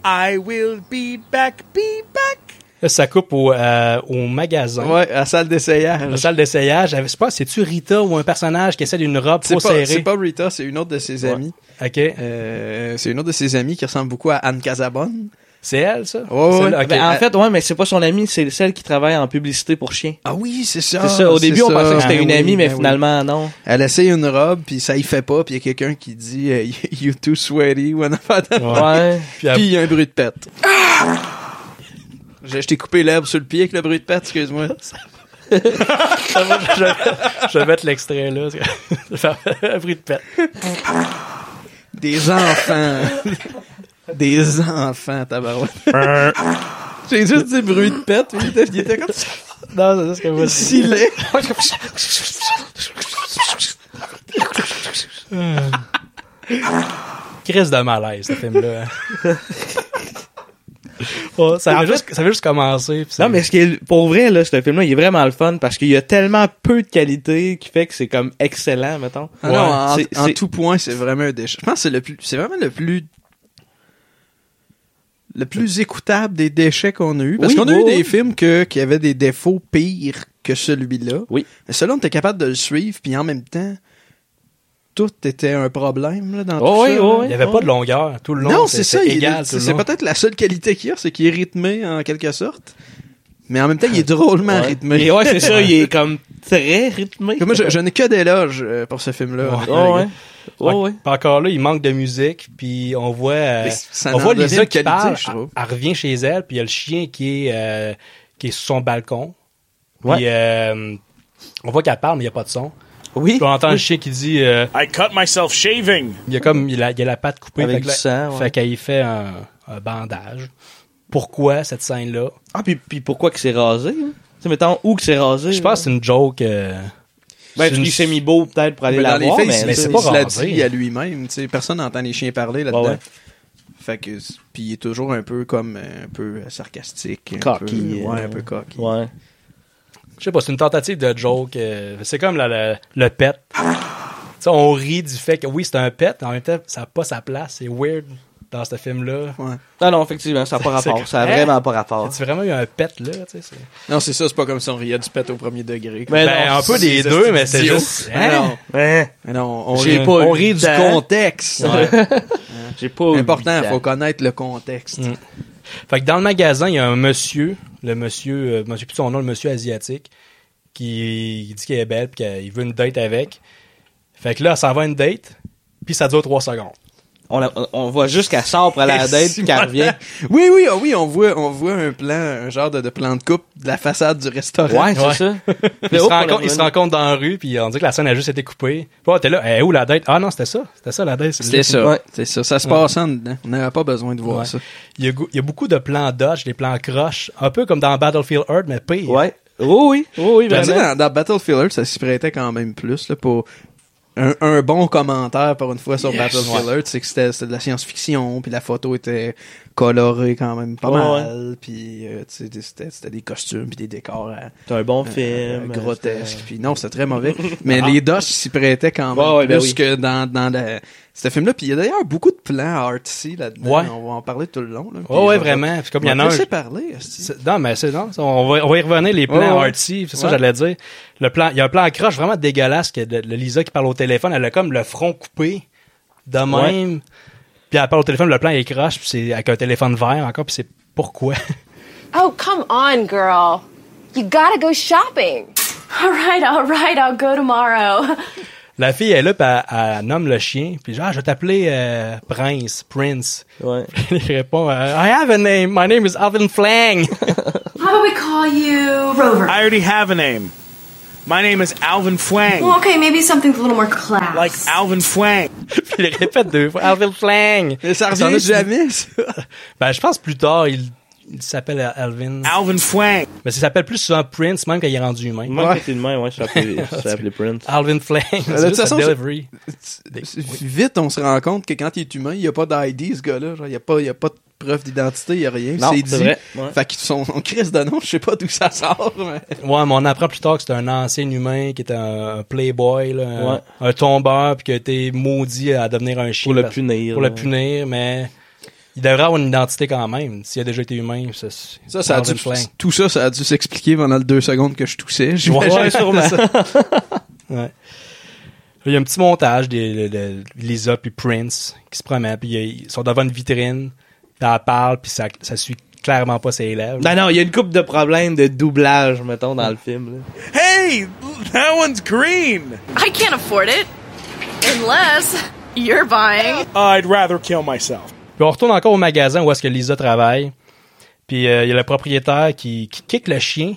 I will be back, be back.
Là, ça coupe au, euh, au magasin.
Ouais, à la salle d'essayage.
La salle d'essayage. Je sais pas, c'est-tu Rita ou un personnage qui essaie d'une robe
C'est
trop
pas, c'est
serrée?
pas Rita, c'est une autre de ses amies. Euh,
OK.
c'est une autre de ses amies qui ressemble beaucoup à Anne Casabonne.
C'est elle, ça?
Ouais, ouais.
Ben, en fait, ouais, mais c'est pas son amie, c'est celle qui travaille en publicité pour chiens.
Ah oui, c'est ça.
C'est ça. Au début, on
ça.
pensait que c'était
Ah
une
oui,
amie, mais
ah oui.
finalement, non.
Elle essaie une robe, puis ça y fait pas, puis il y a quelqu'un qui dit euh, You too sweaty, ou un affaire de
Ouais.
Puis il y a un bruit de pète. Je, je t'ai coupé l'herbe sur le pied avec le bruit de pète, excuse-moi.
je, je vais mettre l'extrait là. Un bruit de pète.
Des enfants. Des enfants, tabarouette. J'ai juste dit bruit de pète, puis il était, il était comme ça.
Non, c'est ce que vous
Silet.
Crise de malaise, ce film-là. Oh, ça,
En
avait
fait-
juste, ça avait juste commencé. puis ça-
Non, mais ce qui est, pour vrai, là, ce film-là, il est vraiment le fun parce qu'il y a tellement peu de qualité qui fait que c'est comme excellent, mettons.
Ah non, en,
C'est-
en
c'est-
tout point, c'est vraiment un déchet. Je pense que c'est le plus, c'est vraiment le plus, le plus écoutable des déchets qu'on a eu. Parce
Oui,
qu'on a
oui,
eu des
oui.
films que, qui avaient des défauts pires que celui-là.
Oui.
Mais celui-là, on était capable de le suivre, puis en même temps, tout était un problème là, dans tout
Oh oui,
ça.
oh
là.
oui, il y avait pas de longueur tout le long.
non, c'est ça. il est-
égal tout
c'est
le
c'est
long.
peut-être la seule qualité qu'il y a, c'est qu'il est rythmé en quelque sorte. Mais en même temps, il est drôlement
Ouais.
rythmé.
Et ouais, c'est ça, il est comme très rythmé.
Moi, je, je n'ai que des loges euh, pour ce film-là.
Oh, ouais.
Ouais,
Ouais. Puis encore là, il manque de musique, puis on voit, euh,
Mais ça
on
en
voit
devient
Lisa
une
qui
qualité,
parle,
je
elle,
trouve.
elle revient chez elle, puis il y a le chien qui est, euh, qui est sur son balcon.
Ouais.
Puis euh, on voit qu'elle parle, mais il n'y a pas de son.
Oui.
Puis on entend
Oui.
le chien qui dit, euh,
I cut myself shaving.
il y a comme, il a, il a la patte coupée,
Avec
fait que
du
là-
sang, ouais.
fait qu'elle y fait un, un bandage. Pourquoi cette scène-là?
Ah, puis, puis pourquoi que c'est rasé? hein? Tu sais, mettons, où que c'est rasé?
Je pense que c'est une joke. euh,
Ben,
c'est
il s'est mis beau peut-être pour aller
Mais
la
dans les
voir,
faits,
mais,
il,
tu
se-
sais,
il se l'a
il se la
dit à lui-même. tu sais, Personne n'entend les chiens parler là-dedans.
Ouais, ouais.
Fait que, c'est- puis il est toujours un peu comme, euh, un peu sarcastique. Un
Cocky,
Peu, ouais,
euh,
un peu cocky.
Ouais.
Je sais pas, c'est une tentative de joke. euh, c'est comme la- la- le pet. Tu sais, on rit du fait que oui, c'est un pet, mais en même temps, ça n'a pas sa place. C'est weird dans ce film-là.
Non, Ah non, effectivement, ça n'a pas
C'est- c'est
rapport. Ça a
comme-
vraiment pas rapport.
As-tu vraiment eu un pet, là? Tu sais, c'est-
Non, c'est ça, c'est pas comme si on riait du pet au premier degré.
Ben, un peu des deux, mais c'est juste-
Mais
Hein?
non. Mais non, on
J'ai
rit,
pas
on
eu
rit
le
du
temps.
contexte.
Ouais.
J'ai pas eu
Important, il
le
faut
temps.
connaître le contexte.
Mm. Fait que dans le magasin, il y a un monsieur, le monsieur, euh, je sais plus son nom, le monsieur asiatique, qui il dit qu'elle est belle puis qu'il veut une date avec. Fait que là, ça va à une date, puis ça dure trois secondes.
On, la- on voit juste qu'elle sort pour aller à la date puis qu'elle revient.
Oui, oui, ah oui, on voit, on voit un plan, un genre de, de plan de coupe de la façade du restaurant.
Ouais, c'est
Ouais.
ça. oh,
Ils
oh,
Hop,
se,
on la
rencontrent, ils se
revient.
rencontrent dans la rue, puis on dit que la scène a juste été coupée. Puis là, t'es là, Eh, où la date? Ah non, c'était ça. C'était ça la date.
C'était ça.
Ouais.
C'est ça. Ça se passe en dedans. On n'avait pas besoin de voir
Ouais.
ça.
Il y, a, go- il y a beaucoup de plans dodge, des plans croche, un peu comme dans Battlefield Earth, mais pire.
Ouais. Oh Oui, oui, oui,
Oh
oui,
Ben, tu sais,
vraiment.
dans, dans Battlefield Earth, ça s'y prêtait quand même plus là, pour un, un bon commentaire pour une fois sur Battlefield Earth, c'est que c'était c'était de la science-fiction, puis la photo était colorée quand même pas
Ouais,
mal, puis euh, tu sais, c'était c'était des costumes puis des décors euh,
C'est un bon
euh,
film.
euh, grotesques, puis non, c'était très mauvais, mais les dosh s'y prêtaient quand même
Ah. Ouais, ouais,
plus
ben oui.
que dans dans la- ce film-là, puis il y a d'ailleurs beaucoup de plans artsy là-dedans,
Ouais.
on va en parler tout le long là. puis
Oh, Ouais, ouais,
je vais-
vraiment. Ah, Puis comme il y en a
Je vais
un.
te laisser parler. esti.
c'est- Non, mais c'est non. c'est- On va, on va y revenir, les plans
Ouais, ouais.
artsy, c'est ça
Ouais.
que j'allais dire. Le plan, il y a un plan croche vraiment dégueulasse, que de- de Lisa qui parle au téléphone, elle a comme le front coupé de même. Puis elle parle au téléphone, le plan est croche, puis c'est avec un téléphone vert encore, puis c'est pourquoi?
Oh, come on, girl. You gotta go shopping. All right, all right, I'll go tomorrow.
La fille est là, puis elle, elle nomme le chien, puis genre, ah, je vais t'appeler euh, Prince, Prince.
Ouais.
Il répond, euh, I have a name, my name is Alvin Flang.
How about we call you Rover?
I already have a name. My name is Alvin Fwang.
Well, okay, maybe something's a little more class.
Like Alvin Fwang.
Puis il répète deux fois, Alvin Flang.
Mais ça
T'en
revient
as-tu-
jamais, ça.
Ben, je pense plus tard, il, il s'appelle Alvin.
Alvin Fwang.
Mais il s'appelle plus souvent Prince, même quand il est rendu humain.
Moi, c'est de main, ouais, je suis appelé, je suis appelé Prince.
Alvin Flang.
de
C'est
toute
juste sa
façon,
delivery.
Vite, on se rend compte que quand il est humain, il n'y a pas d'ID, ce gars-là. Genre, Il n'y a, pas- il y a pas de preuve d'identité, il n'y a rien.
Non,
c'est
c'est
dit.
vrai, ouais.
Fait qu'ils sont en crise de nom, je sais pas d'où ça sort. mais-
Ouais, mais on apprend plus tard que c'est un ancien humain qui était un, un playboy, là, un,
Ouais.
un tombeur, puis qui a été maudit à devenir un chien.
Pour le
parce-
punir,
Pour le
là.
punir, mais Il devrait avoir une identité quand même, s'il a déjà été humain. Ça, c'est-
Ça, ça a dû,
Marvin Flank.
tout ça, ça a dû s'expliquer pendant les deux secondes que je toussais. j'imagine.
Ouais, sûrement.
Ça.
Ouais. Il y a un petit montage des- de, de Lisa puis Prince qui se promènent, puis ils sont devant une vitrine, puis elle parle, puis ça, ça suit clairement pas ses élèves.
Ben-
Ben Non, non, il y a une coupe de problèmes de doublage, mettons, dans le film. là.
Hey, that one's green.
I can't afford it. Unless you're buying.
I'd rather kill myself.
Puis on retourne encore au magasin où est-ce que Lisa travaille, puis euh, il y a le propriétaire qui, qui kick le chien.
Why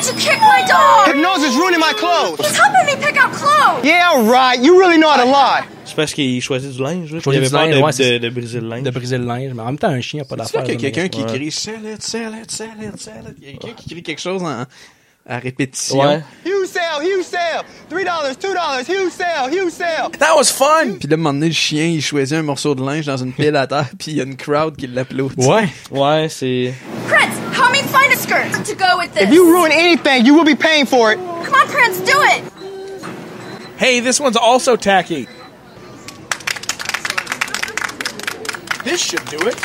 did you kick my dog?
Hypnosis is ruining my clothes.
He's helping me pick out clothes.
Yeah, right. You really know how to lie.
C'est parce qu'il choisit du linge. Là,
Choisit
puis
du
il avait
linge,
peur
ouais,
de, de-
c'est-
de briser le linge.
De briser le linge, mais en même temps, un chien a pas
C'est
d'affaire.
là qu'il y a
là, mais-
quelqu'un qui
Ouais.
crie Sell it, sell it, sell it, sell it. Il y a quelqu'un qui crie quelque chose en, à répétition.
Ouais.
Huge sale, huge sale. Three dollars, two dollars, huge sale, huge sale.
That was fun! Puis là, à un moment donné, le chien, il choisit un morceau de linge dans une pile à terre, puis il y a une crowd qui l'applaudit.
Ouais.
Ouais, c'est.
Prince, help me find a skirt to go with this.
If you ruin anything, you will be paying for it.
Come on, Prince, do it.
Hey, this one's also tacky. This should do it.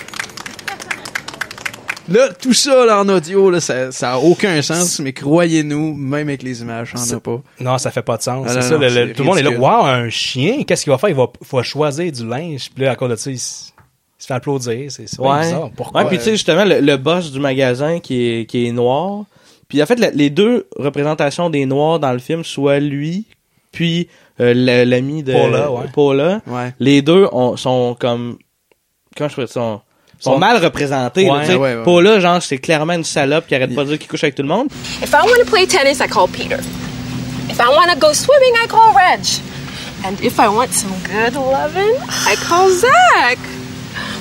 Là, tout ça là, en audio, là, ça ça a aucun sens, mais croyez-nous, même avec les images, on a pas.
Non, ça fait pas de sens.
Ah,
c'est
non,
ça,
non,
le- le-
c'est
tout le monde est là.
ridicule.
Wow, un chien, qu'est-ce qu'il va faire? Il va, faut choisir du linge. Puis là, à cause de ça, il, s- il se fait applaudir. C'est c'est bien
Ouais.
bizarre. Pourquoi? euh?
Ouais, puis tu sais, justement, le, le boss du magasin qui est, qui est noir. Puis en fait, la- les deux représentations des noirs dans le film, soit lui, puis euh, la- l'ami de
Paula, ouais.
Paula,
Ouais.
les deux ont- sont comme. Comment je pourrais dire sont, sont
Sont-
mal représentés.
Ouais.
là, tu sais.
Ouais, ouais, ouais.
Paula, genre, c'est clairement une salope qui arrête pas de dire qu'il couche avec tout le monde.
If I want to play tennis, I call Peter. If I want to go swimming, I call Reg. And if I want some good loving, I call Zach.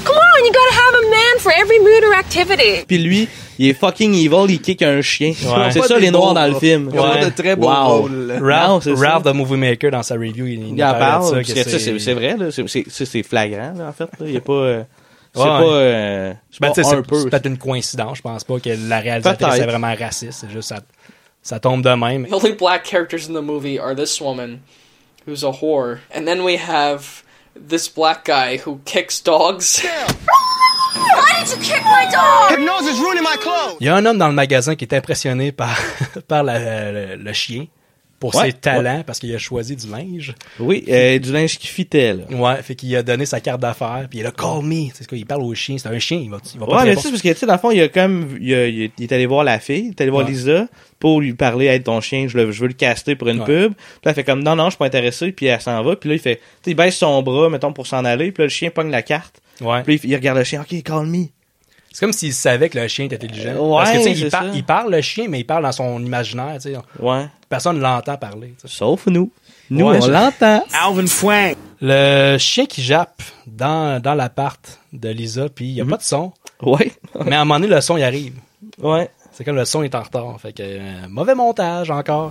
Come on, you gotta have a man for every mood or activity.
Puis lui, il est fucking evil, il kick un chien.
Ouais.
C'est
Ils ont
ça
pas
les
des
noirs
beaux
dans le
rôles.
film.
Ils ont pas de
très beaux
Wow.
rôles.
Non,
Ralph,
c'est ça.
Ralph the Movie Maker, dans sa review, il,
Il en parle,
de
parce que ça, c'est c'est vrai, là, c'est- c'est ça, c'est flagrant, là, en fait. là. Il n'y a pas... euh, c'est
Ouais.
pas... euh, c'est
Ben,
pas
tu sais,
un
c'est
peu.
c'est peut-être une coïncidence. Je pense pas que la réalisatrice
Peut-être.
est vraiment raciste. C'est juste ça, ça tombe de même.
The only black characters in the movie are this woman, who's a whore, and then we have this black guy who kicks dogs.
Why did you kick my dog?
Hypnosis is ruining my clothes.
Il y a un homme dans le magasin qui est impressionné par, par la- le, le chien pour
Ouais,
ses talents
ouais.
parce qu'il a choisi du linge.
Oui, euh, du linge qui fitait, là.
Ouais, fait qu'il a donné sa carte d'affaires, puis il a call me. C'est ce qu'il parle au chien. C'est un chien, il va, il va pas
Ouais,
te
mais tu sais,
répondre.
parce que, tu sais, dans le fond, il a comme... Il, a- il est- il est allé voir la fille, il est allé voir
Ouais.
Lisa, pour lui parler, être ton chien, je, le- je veux le caster pour une
Ouais.
pub. Puis là, elle fait comme, non, non, je suis pas intéressé, puis elle s'en va. Puis là, il fait... Tu sais, il baisse son bras, mettons, pour s'en aller, puis là, le chien pogne la carte.
Ouais.
Puis là, il, il regarde le chien, OK, call me.
C'est comme s'il savait que le chien était intelligent.
Euh,
parce que, tu sais,
ouais,
il,
c'est
par-
ça.
il parle le chien, mais il parle dans son imaginaire, tu sais.
Ouais.
Personne ne l'entend parler. tu sais.
Sauf nous. Nous,
Ouais,
on
je-
l'entend.
Alvin Fwang.
Le chien qui jappe dans, dans l'appart de Lisa, puis il n'y a pas de son.
Ouais.
mais à un moment donné, le son, il arrive.
Ouais.
C'est comme le son est en retard. Fait que, euh, mauvais montage encore.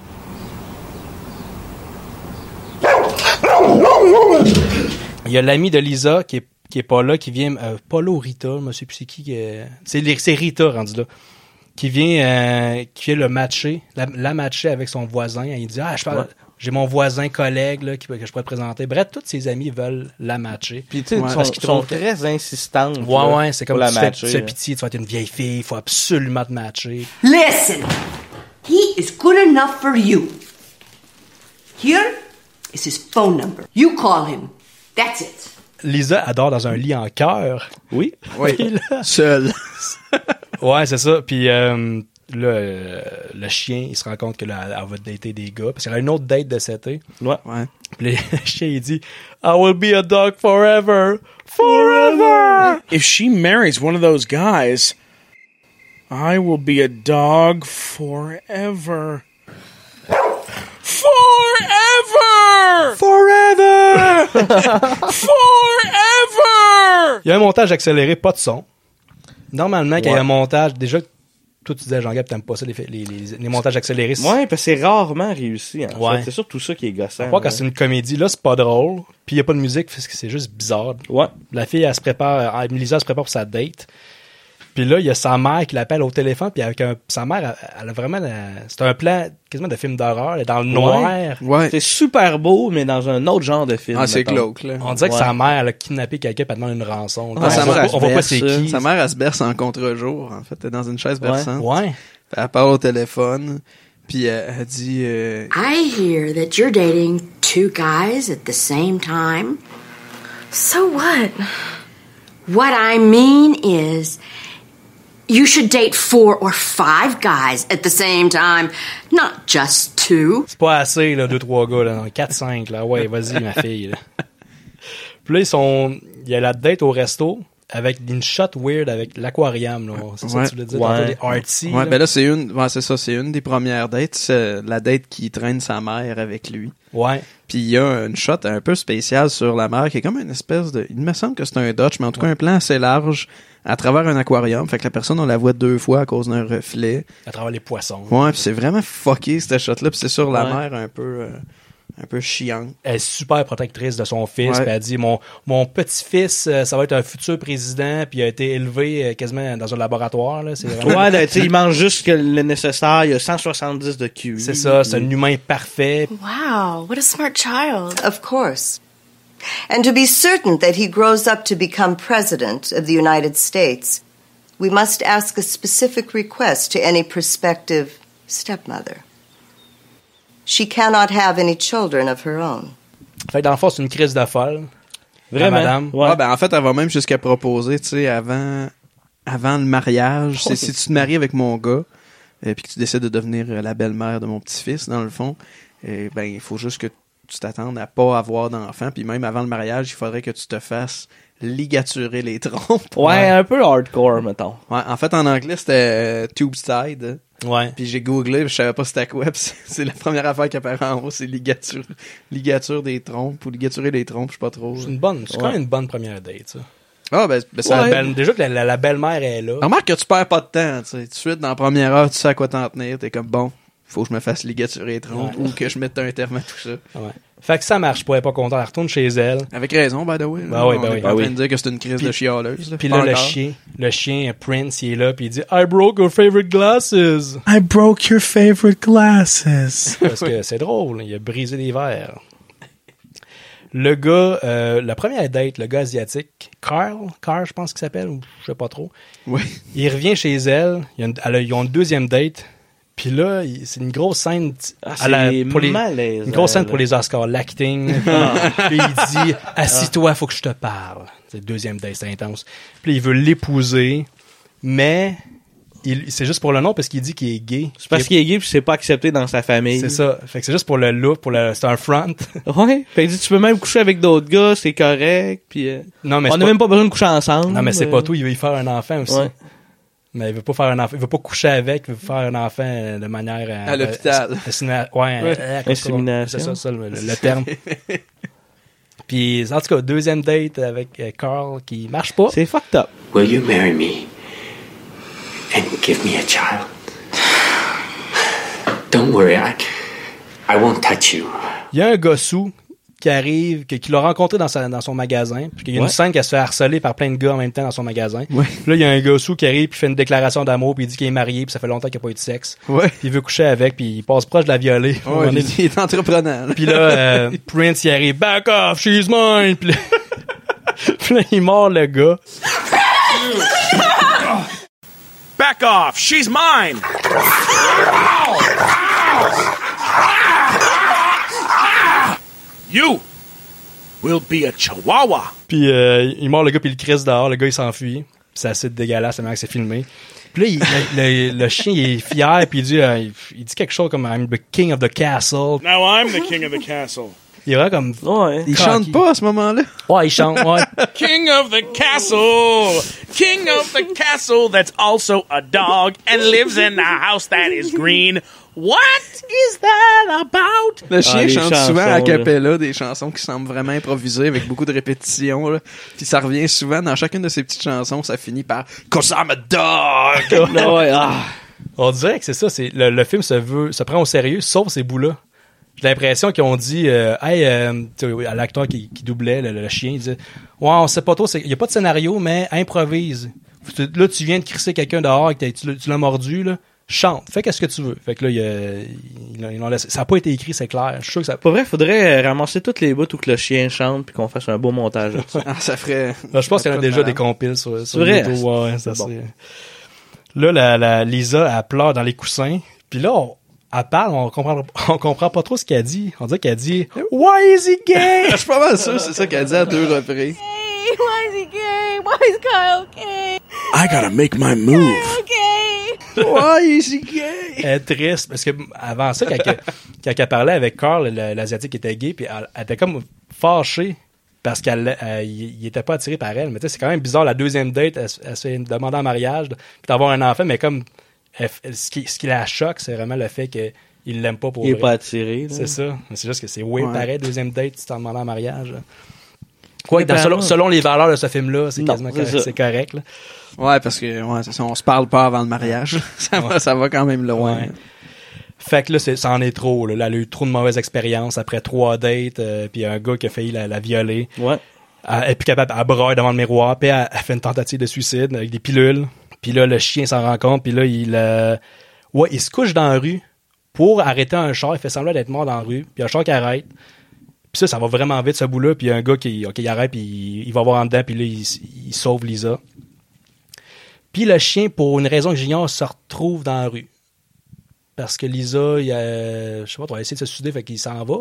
Il y a l'ami de Lisa qui est, qui est pas là, qui vient. euh, Paula ou Rita, je ne sais plus c'est qui. euh, c'est les- c'est Rita rendu là. Qui vient, euh, qui vient le matcher, la, la matcher avec son voisin. Il dit Ah, je parle-
Ouais.
J'ai mon voisin collègue là, qui peut- que je pourrais te présenter. Bref, tous ses amis veulent la matcher.
Puis, tu sais, ils sont,
Parce qu'ils
sont
trouvent que-
très insistants. euh,
Ouais, ouais, c'est comme tu, fais, tu
hein.
fais pitié, tu vas être une vieille fille, il faut absolument te matcher.
Listen, he is good enough for you. Here is his phone number. You call him. That's it.
Lisa adore dans un lit en cœur.
Oui.
Oui. Seul.
ouais, c'est ça. Puis euh, là, euh, le chien, il se rend compte qu'elle va dater des gars. Parce qu'elle a une autre date de cet été.
Ouais.
Puis le chien, il dit I will be a dog forever. Forever.
If she marries one of those guys, I will be a dog forever. Forever!
Forever!
forever!
Il y a un montage accéléré, pas de son. Normalement, quand il y a
Ouais.
un montage, déjà, toi, tu disais, Jean-Gab, t'aimes pas ça, les, les- les- les montages accélérés.
Ouais, parce que c'est rarement réussi. En
Ouais.
fait. C'est surtout ça qui est gossant.
Pas
là.
quand c'est une comédie, là, c'est pas drôle. Puis il n'y a pas de musique, parce que c'est juste bizarre.
Ouais.
La fille, elle se prépare, euh, Lisa, elle se prépare pour sa date. Puis là, il y a sa mère qui l'appelle au téléphone, puis avec un- sa mère, elle, elle a vraiment... la- C'est un plan quasiment de film d'horreur, elle est dans le noir.
C'est super beau, mais dans un autre genre de film.
Ah, c'est
mettons.
glauque, là. On dirait que
Ouais.
sa mère, elle a kidnappé quelqu'un et elle demande une rançon.
Ah, sa
on, voit
mère,
pas,
elle
on
se
voit pas
berce,
c'est qui.
Sa mère, elle se berce en contre-jour, en fait. Elle est dans une chaise
Ouais.
hein.
berçante.
Ouais.
Puis elle parle au téléphone, puis elle, elle dit... euh,
I hear that you're dating two guys at the same time. So what? What I mean is, you should date four or five guys at the same time, not just two.
C'est pas assez, là, deux, trois gars, là. 4, 5, là. Ouais, vas-y, ma fille, là. Puis là, ils sont. Il y a la date au resto avec une shot weird avec l'aquarium, là. C'est ça que tu voulais dire? tantôt, des artsy.
Ouais, ben là, c'est une, ouais, c'est ça, c'est une des premières dates, c'est la date qui traîne sa mère avec lui.
Ouais.
Puis il y a une shot un peu spéciale sur la mer qui est comme une espèce de, il me semble que c'est un Dutch, mais en tout cas un plan assez large à travers un aquarium. Fait que la personne, on la voit deux fois à cause d'un reflet.
à travers les poissons.
Ouais, puis c'est vraiment fucké, cette shot-là, puis c'est sur la
Ouais.
mer un peu, euh, un peu chiant.
Elle est super protectrice de son fils.
Ouais.
Puis elle dit Mon, mon petit-fils, euh, ça va être un futur président. Puis il a été élevé euh, quasiment dans un laboratoire. Là. C'est vraiment-
Ouais, là, tu sais, il mange juste que le nécessaire. Il y a 170 de QI.
C'est ça, c'est un humain parfait.
Wow, what a smart child.
Of course. And to be certain that he grows up to become President of the United States, we must ask a specific request to any prospective stepmother. She cannot have any children of her own.
Fait que dans le fond, c'est une crise de folle.
Vraiment?
La madame.
Ah, ben, en fait, elle va même jusqu'à proposer, tu sais, avant, avant le mariage, c'est si tu te maries avec mon gars, et puis que tu décides de devenir euh, la belle-mère de mon petit-fils, dans le fond, eh ben, il faut juste que tu t'attendes à pas avoir d'enfant, puis même avant le mariage, il faudrait que tu te fasses ligaturer les trompes.
Ouais, un peu hardcore, mettons.
Ouais, en fait, en anglais, c'était euh, tube side.
Ouais.
Puis j'ai googlé, puis je savais pas c'était quoi. puis c'est- c'est la première affaire qui apparaît en haut, c'est ligature, ligature des trompes ou ligaturer les trompes, je sais pas trop.
C'est une bonne. C'est quand
Ouais.
même une bonne première date, ça.
Ah, ben, ben, ça-
La belle- déjà que la, la- la belle-mère est là.
Ah.
Remarque que tu perds pas de temps, tu sais. Tout de suite, dans la première heure, tu sais à quoi t'en tenir. T'es comme, bon, faut que je me fasse ligaturer 30
Ouais.
ou que je mette un terme à tout ça.
Ouais. Fait que ça marche pas, elle est pas contente. Elle retourne chez elle.
Avec raison, by the way. là.
Ben oui,
On est pas
ben oui.
en
Ben
train
oui.
de dire que c'est une crise
Puis-
de chialeuse.
Puis
Pas
là, le
encore.
chien, le chien euh, Prince, il est là, puis il dit I broke your favorite glasses.
I broke your favorite glasses.
Parce que c'est drôle, il a brisé les verres. Le gars, euh, la première date, le gars asiatique, Carl, Carl, je pense qu'il s'appelle, ou je sais pas trop.
Oui.
Il revient chez elle, il y a une- elle a- ils ont une deuxième date, puis là, il- c'est une grosse scène t-
Ah,
à la-
c'est
pour les,
malaisant,
une grosse scène pour
là.
les Oscars, l'acting.
Ah.
puis il dit Assis-toi, faut que je te parle. C'est le deuxième date, c'est intense. Puis il veut l'épouser, mais il- c'est juste pour le nom parce qu'il dit qu'il est gay.
C'est parce qu'il est gay, puis c'est pas accepté dans sa famille.
C'est ça. Fait que c'est juste pour le look, pour le, c'est un front.
Ouais. Fait que tu peux même coucher avec d'autres gars, c'est correct. Puis euh,
Non, mais
on
c'est
n'a
pas-
même pas besoin de coucher ensemble.
Non, mais c'est
euh.
pas tout. Il veut y faire un enfant aussi.
Ouais.
Mais il veut pas faire un enfant. Il veut pas coucher avec. Il veut faire un enfant euh, de manière. euh,
À l'hôpital.
euh, assina- ouais.
Ouais.
euh, comme ça.
Insémination.
C'est ça, ça, le, le terme. Puis, en tout cas, deuxième date avec euh, Carl qui marche pas.
C'est fucked up.
Will you marry me and give me a child? Don't worry, I, I won't touch you.
Il y a un gossou qui arrive, que- qui l'a rencontré dans, sa- dans son magasin. Puis il y a
Ouais.
une scène qui se fait harceler par plein de gars en même temps dans son magasin. Puis Là, il y a un gossou qui arrive, puis fait une déclaration d'amour, puis il dit qu'il est marié, puis ça fait longtemps qu'il n'a pas eu de sexe.
Ouais.
Puis il veut coucher avec, puis il passe proche de la violer. Puis à un
Ouais,
moment donné,
il est entreprenant.
Puis là, euh, Prince, il arrive, back off, she's mine. Puis là, Puis là, il mord le gars.
Back off. She's mine. You will be a chihuahua.
Puis euh, il mord le gars, puis il le crisse dehors. Le gars, il s'enfuit. Puis c'est assez dégueulasse, la manière que c'est filmé. Puis là, il- le, le- le chien, il est fier, puis il dit, euh, il dit quelque chose comme I'm the king of the castle.
Now I'm the king of the castle.
Il est vraiment comme.
Il chante pas à ce moment-là.
Ouais, il chante, ouais.
King of the castle. King of the castle that's also a dog and lives in a house that is green. What is that
Ah,
about?
Le chien
les
chante
chansons,
souvent
là.
à cappella des chansons qui semblent vraiment improvisées avec beaucoup de répétitions. là. Puis ça revient souvent dans chacune de ses petites chansons, ça finit par Cause I'm a dog!
Non, ouais, ah.
On dirait que c'est ça, c'est le, le film se veut, se prend au sérieux, sauf ces bouts-là. J'ai l'impression qu'ils ont dit, euh, hey, euh, tu sais, à l'acteur qui, qui doublait le, le chien, il disait, ouais, on sait pas trop, il y a pas de scénario, mais improvise. tu- là, tu viens de crisser quelqu'un dehors et que t'as- tu l'as- tu l'as mordu, là. Chante, fais qu'est-ce que tu veux. Fait que là, il a- ils l'ont- ils l'ont laissé. Ça n'a pas été écrit, c'est clair. Je suis sûr que ça.
Pas vrai, faudrait euh, ramasser toutes les bouts où que le chien chante puis qu'on fasse un beau montage. là-dessus.
Ah, ça ferait.
Là, Ben, je pense qu'il y en a déjà des compiles sur, sur
vrai?
YouTube. Ouais, ouais, ça,
Bon.
c'est- Là, la, la Lisa, elle pleure dans les coussins. Puis là, on- elle parle, on comprend, on comprend pas trop ce qu'elle dit. On dirait qu'elle dit Why is he gay?
Je suis pas mal sûr, c'est ça qu'elle dit à deux reprises.
Why is he gay? Why is Kyle gay?
I gotta make my move.
Okay.
Why
is he gay?
Elle est triste parce que avant ça, quand, elle- quand elle parlait avec Carl, le- l'asiatique était gay, puis elle, elle était comme fâchée parce qu'elle euh, il il était pas attiré par elle. Mais tu sais, c'est quand même bizarre la deuxième date, elle, se- elle se fait demander en mariage, puis d'avoir un enfant, mais comme elle f- ce, qui, ce qui la choque, c'est vraiment le fait qu'il l'aime pas pour
Il est
vrai.
pas attiré, là.
C'est ça. Mais C'est juste que c'est weird
Ouais.
pareil, deuxième date, tu t'en demandes en mariage. Quoi que
Mais
dans- selon,
apparemment-
selon les valeurs de ce film-là, c'est
Non,
quasiment
c'est
correct.
ça.
C'est correct là.
Ouais, parce que ouais, c'est ça, on se parle pas avant le mariage. ça, va,
Ouais.
ça va quand même loin.
Ouais. Fait que là, c'est- ça en est trop. Là. Là, elle a eu trop de mauvaises expériences après trois dates, euh, puis un gars qui a failli la, la violer.
Ouais.
Elle elle est plus capable, elle broye devant le miroir, puis elle, elle fait une tentative de suicide avec des pilules. Puis là, le chien s'en rend compte, puis là, il, euh, ouais, il se couche dans la rue pour arrêter un char. Il fait semblant d'être mort dans la rue, puis il y a un char qui arrête. Puis ça, ça va vraiment vite, ce bout-là. Puis il y a un gars qui ok, il arrête, puis il, il va voir en dedans, puis là, il, s- il sauve Lisa. Puis le chien, pour une raison que j'ignore, se retrouve dans la rue. Parce que Lisa, il a, je sais pas, on a essayé de se suicider, fait qu'il s'en va.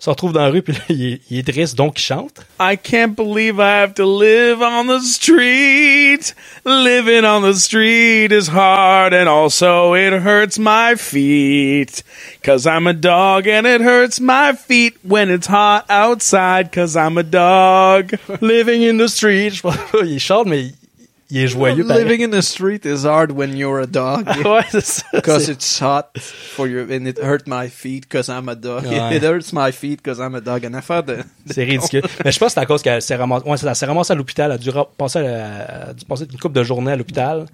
Il se retrouve dans la rue, puis là, il est, il est triste, donc il chante.
I can't believe I have to live on the street. Living on the street is hard and also it hurts my feet. Cause I'm a dog and it hurts my feet when it's hot outside cause I'm a dog.
Living in the street. Je pense pas, il chante, mais il- il est joyeux. pareil.
Living in the street is hard when you're a dog.
ouais, c'est ça.
Because
c'est-
it's hot for you and it hurt my feet because I'm a dog.
Ouais.
It hurts my feet because I'm a dog. Une affaire de.
C'est ridicule. Mais je pense que c'est à cause qu'elle s'est ramassée, ouais, c'est ça, elle s'est ramassée à l'hôpital. Elle a dû ra- passer, à la- elle a dû passer une couple de journées à l'hôpital.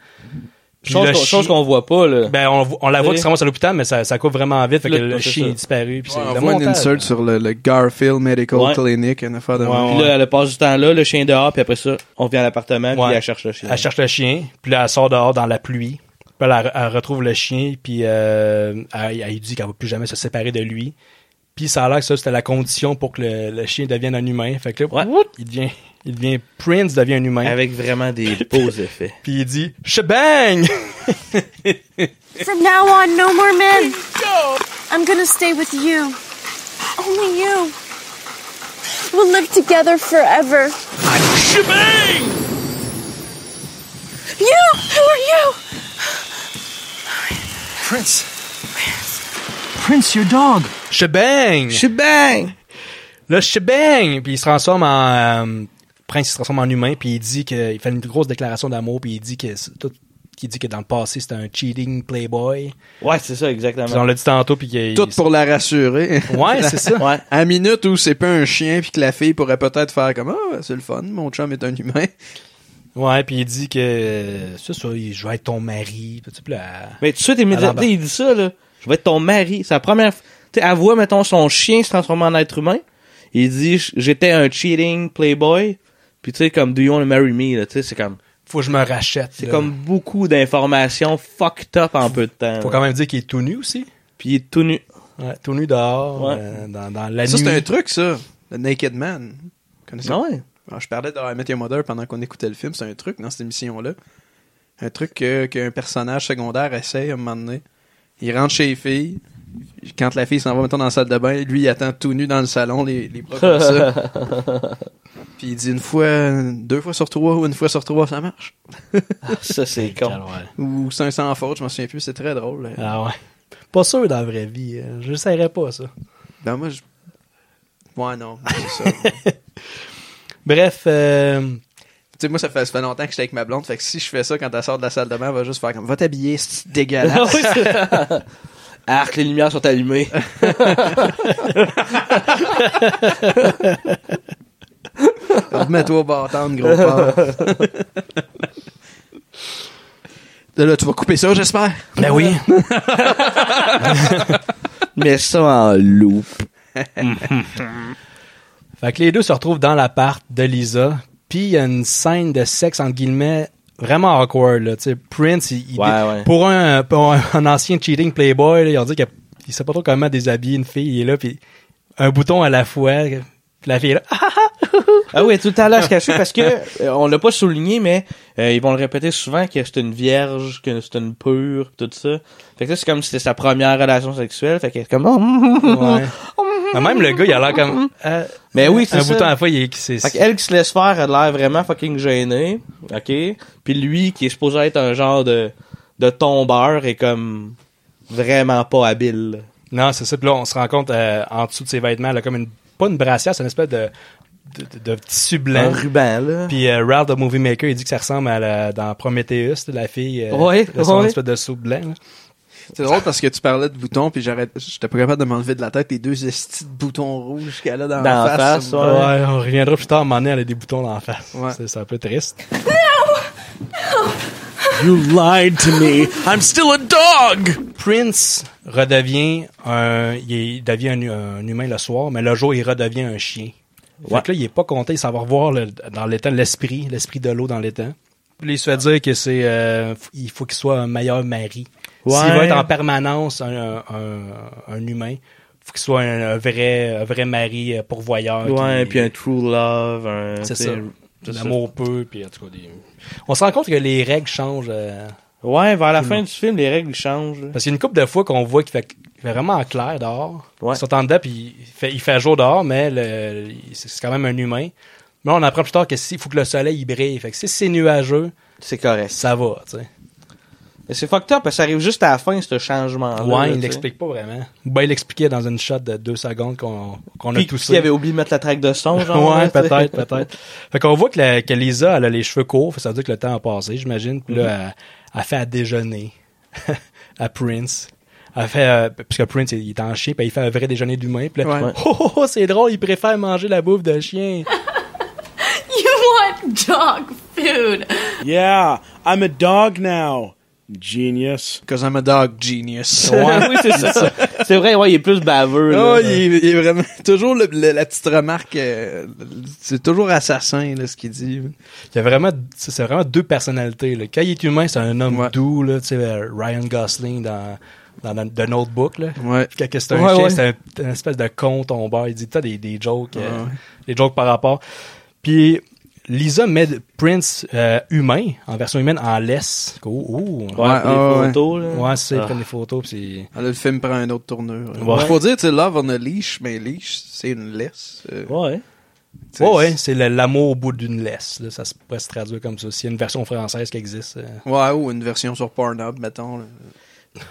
Puis
Chose
le
qu'on-
chi-
chose qu'on voit pas, là.
Ben, on, on la voit
C'est-
qui se ramasse à l'hôpital, mais ça, ça coupe vraiment vite. Fait que
Le-
le
c'est
chien
ça.
est disparu. Puis c'est
On
le
voit une
montage.
insert sur le, le Garfield Medical
Ouais.
Clinic. Une affaire de.
Puis là, elle passe du temps là, le chien dehors, puis après ça, on vient à l'appartement, puis
Ouais.
elle cherche le chien.
Elle cherche le chien, puis là, elle sort dehors dans la pluie. Puis là, elle, elle retrouve le chien, puis euh, elle, elle lui dit qu'elle va plus jamais se séparer de lui. Puis ça a l'air que ça, c'était la condition pour que le, le chien devienne un humain. Fait que là, whoop, il devient, il devient Prince, devient un humain.
Avec vraiment des beaux effets.
Puis il dit Shebang!
From now on, no more men. I'm gonna stay with you. Only you. We'll live together forever.
Shebang!
You! Who are you?
Prince. Prince, your dog. Shebang.
Shebang.
Le shebang. Puis il se transforme en... euh, Prince, il se transforme en humain, puis il dit que... Il fait une grosse déclaration d'amour, puis il dit que... c'est Tout, qu'il dit que dans le passé, c'était un cheating playboy.
Ouais, c'est ça,
Puis on
exactement.
l'a dit tantôt, puis qu'il...
Tout pour la rassurer.
Ouais, c'est ça.
Ouais.
À la minute où c'est pas un chien puis que la fille pourrait peut-être faire comme ah c'est le fun mon chum est un humain.
Ouais, puis il dit que... euh, C'est ça, il- je vais être ton mari. Puis là, elle-
Mais tout de suite, immédiatement,
Elle
il dit ça, là. Je vais être ton mari. C'est la première. f- Tu sais, elle voit, mettons, son chien se transformer en être humain. Il dit, j- j'étais un cheating playboy. Puis tu sais, comme, do you want to marry me, là, tu sais, c'est comme.
Faut que je me rachète.
C'est
là.
comme beaucoup d'informations fucked up en peu de temps.
Faut
là.
quand même dire qu'il est tout nu aussi.
Puis il est tout nu.
Ouais, tout nu dehors,
Ouais.
euh, dans, dans la
ça
nuit.
c'est un truc ça, le naked man. Vous Connaissez
Ah ouais.
Alors, je parlais de I Met Your Mother pendant qu'on écoutait le film, c'est un truc dans cette émission là, un truc que- qu'un personnage secondaire essaye à un moment donné. Il rentre chez les filles. Quand la fille s'en va mettons dans la salle de bain, lui il attend tout nu dans le salon, les, les bras comme ça. Puis il dit une fois, deux fois sur trois ou une fois sur trois, ça marche.
ça, c'est
hein.
con.
Ou 500 fautes, je m'en souviens plus, c'est très drôle. là.
Ah ouais. Pas sûr dans la vraie vie. hein. Je ne pas ça.
Ben moi, je... Ouais, non, c'est ça. tu
Bref, euh,
sais, moi, ça fait, ça fait longtemps que j'étais avec ma blonde, fait que si je fais ça quand elle sort de la salle de bain, elle va juste faire comme, va t'habiller, c'est dégueulasse.
Oui, c'est- Arc, les lumières sont allumées.
Remets-toi au bâton, gros porc. Là, là, tu vas couper ça, j'espère.
ben oui.
Mets ça en loop.
Fait que les deux se retrouvent dans l'appart de Lisa. Puis il y a une scène de sexe, entre guillemets, vraiment awkward. Là, tu sais. Prince, il- il-
Ouais, ouais.
pour un, pour un- un ancien cheating playboy, là, ils ont dit qu'il il sait pas trop comment déshabiller une fille. Il est là, puis un bouton à la fois. Puis la fille est là. Ah!
Ah oui, tout le temps là, je caché parce que euh, on l'a pas souligné, mais euh, ils vont le répéter souvent que c'est une vierge, que c'est une pure, tout ça. Fait que ça, c'est comme si c'était sa première relation sexuelle. Fait qu'elle est comme. oh,
Ouais. Mais même le gars, il a l'air comme. euh,
Mais oui, c'est
Un
ça.
bouton à la fois, il est. c'est-
Fait qu'elle qui se laisse faire, elle a l'air vraiment fucking gênée. OK? Puis lui, qui est supposé être un genre de, de tombeur, est comme vraiment pas habile.
Non, c'est ça. Puis là, on se rend compte euh, en dessous de ses vêtements, là, comme une. Pas une brassière, c'est une espèce de. De, de- de tissu blanc.
Un ruban, là.
Puis euh, Ralph, the movie maker, il dit que ça ressemble à la, dans Prometheus, la fille. euh,
Ouais,
de son
ouais.
espèce de soupe blanc. là.
C'est drôle parce que tu parlais de boutons, puis j'arrête, j'étais pas capable de m'enlever de la tête les deux estis de boutons rouges qu'elle a dans,
Dans
la face.
ouais. Ouais, on reviendra plus tard. À un moment donné, elle a des boutons dans la face. C'est c'est un peu triste.
You lied to me. I'm still a dog.
Prince redevient un, il devient un, un humain le soir, mais le jour, il redevient un chien. Fait que là, il est pas content, il s'en va revoir le- dans l'étang l'esprit, l'esprit de l'eau dans l'étang. Puis là, il se fait dire que c'est, euh, f- il faut qu'il soit un meilleur mari.
Ouais.
S'il va être en permanence un, un, un- un humain, faut qu'il soit un, un vrai, un vrai mari euh, pourvoyeur. qui-
Ouais, puis un true love, un.
c'est
t'sais,
ça.
c'est ça.
L'amour peu, puis en tout cas, des- on se rend compte que les règles changent. euh,
Ouais, vers la
Tout le
fin
monde.
du film, les règles changent. là.
parce qu'il y a une couple de fois qu'on voit qu'il fait, qu'il fait vraiment clair dehors. Ils sont en dedans, puis il fait, il fait jour dehors, mais le- c'est c'est quand même un humain. Mais on apprend plus tard que s'il faut que le soleil il brille. Fait que si c'est nuageux,
c'est correct.
Ça va, tu sais.
Mais c'est fucked up parce que ça arrive juste à la fin, ce changement-là.
Ouais,
là,
il
t'sais.
l'explique pas vraiment. Ben, il l'expliquait dans une shot de deux secondes qu'on qu'on a
Puis
tout ça.
qu'il avait oublié de mettre la traque de son, genre.
ouais,
là, t'sais.
peut-être, peut-être. Fait qu'on voit que, la- que Lisa, elle a les cheveux courts, fait que ça veut dire que le temps a passé, j'imagine. Puis là,
Mhm.
elle, elle fait à déjeuner à Prince. Elle fait, euh, parce que Prince, il est en chien, puis il fait un vrai déjeuner d'humain. Puis là,
Ouais.
oh, oh, oh, c'est drôle, il préfère manger la bouffe de chien.
You want dog food.
Yeah, I'm a dog now. Genius.
Because I'm a dog genius.
Ouais, oui, c'est ça. C'est vrai, ouais, il est plus baveux. là.
Oh, il, est- il est vraiment toujours le- le- la petite remarque, euh, c'est toujours assassin là, ce qu'il dit.
Il y a vraiment, c'est c'est vraiment deux personnalités. Là. Quand il est humain, c'est un homme doux, là, tu sais, euh, Ryan Gosling dans, dans, The- The Notebook. Là. Puis Quand c'est un
Ouais,
chien,
ouais.
c'est un, une espèce de con tombeur. Il dit t'as des, des jokes, euh, des jokes par rapport. Puis Lisa met Prince euh, humain, en version humaine, en laisse. Oh, oh.
Ouais, Ouais, prend les ouais, photos,
Ouais,
là.
c'est
Ah.
prend les photos. Puis
Ah, là, le film prend une autre tournure.
Ouais.
Il Faut dire, tu sais, Love on a leash, mais leash, c'est une laisse. euh.
Ouais.
c'est- ouais, ouais, c'est le- l'amour au bout d'une laisse. là. Ça se pourrait se traduire comme ça. S'il y a une version française qui existe. euh.
Ouais, ou une version sur Pornhub, mettons. là.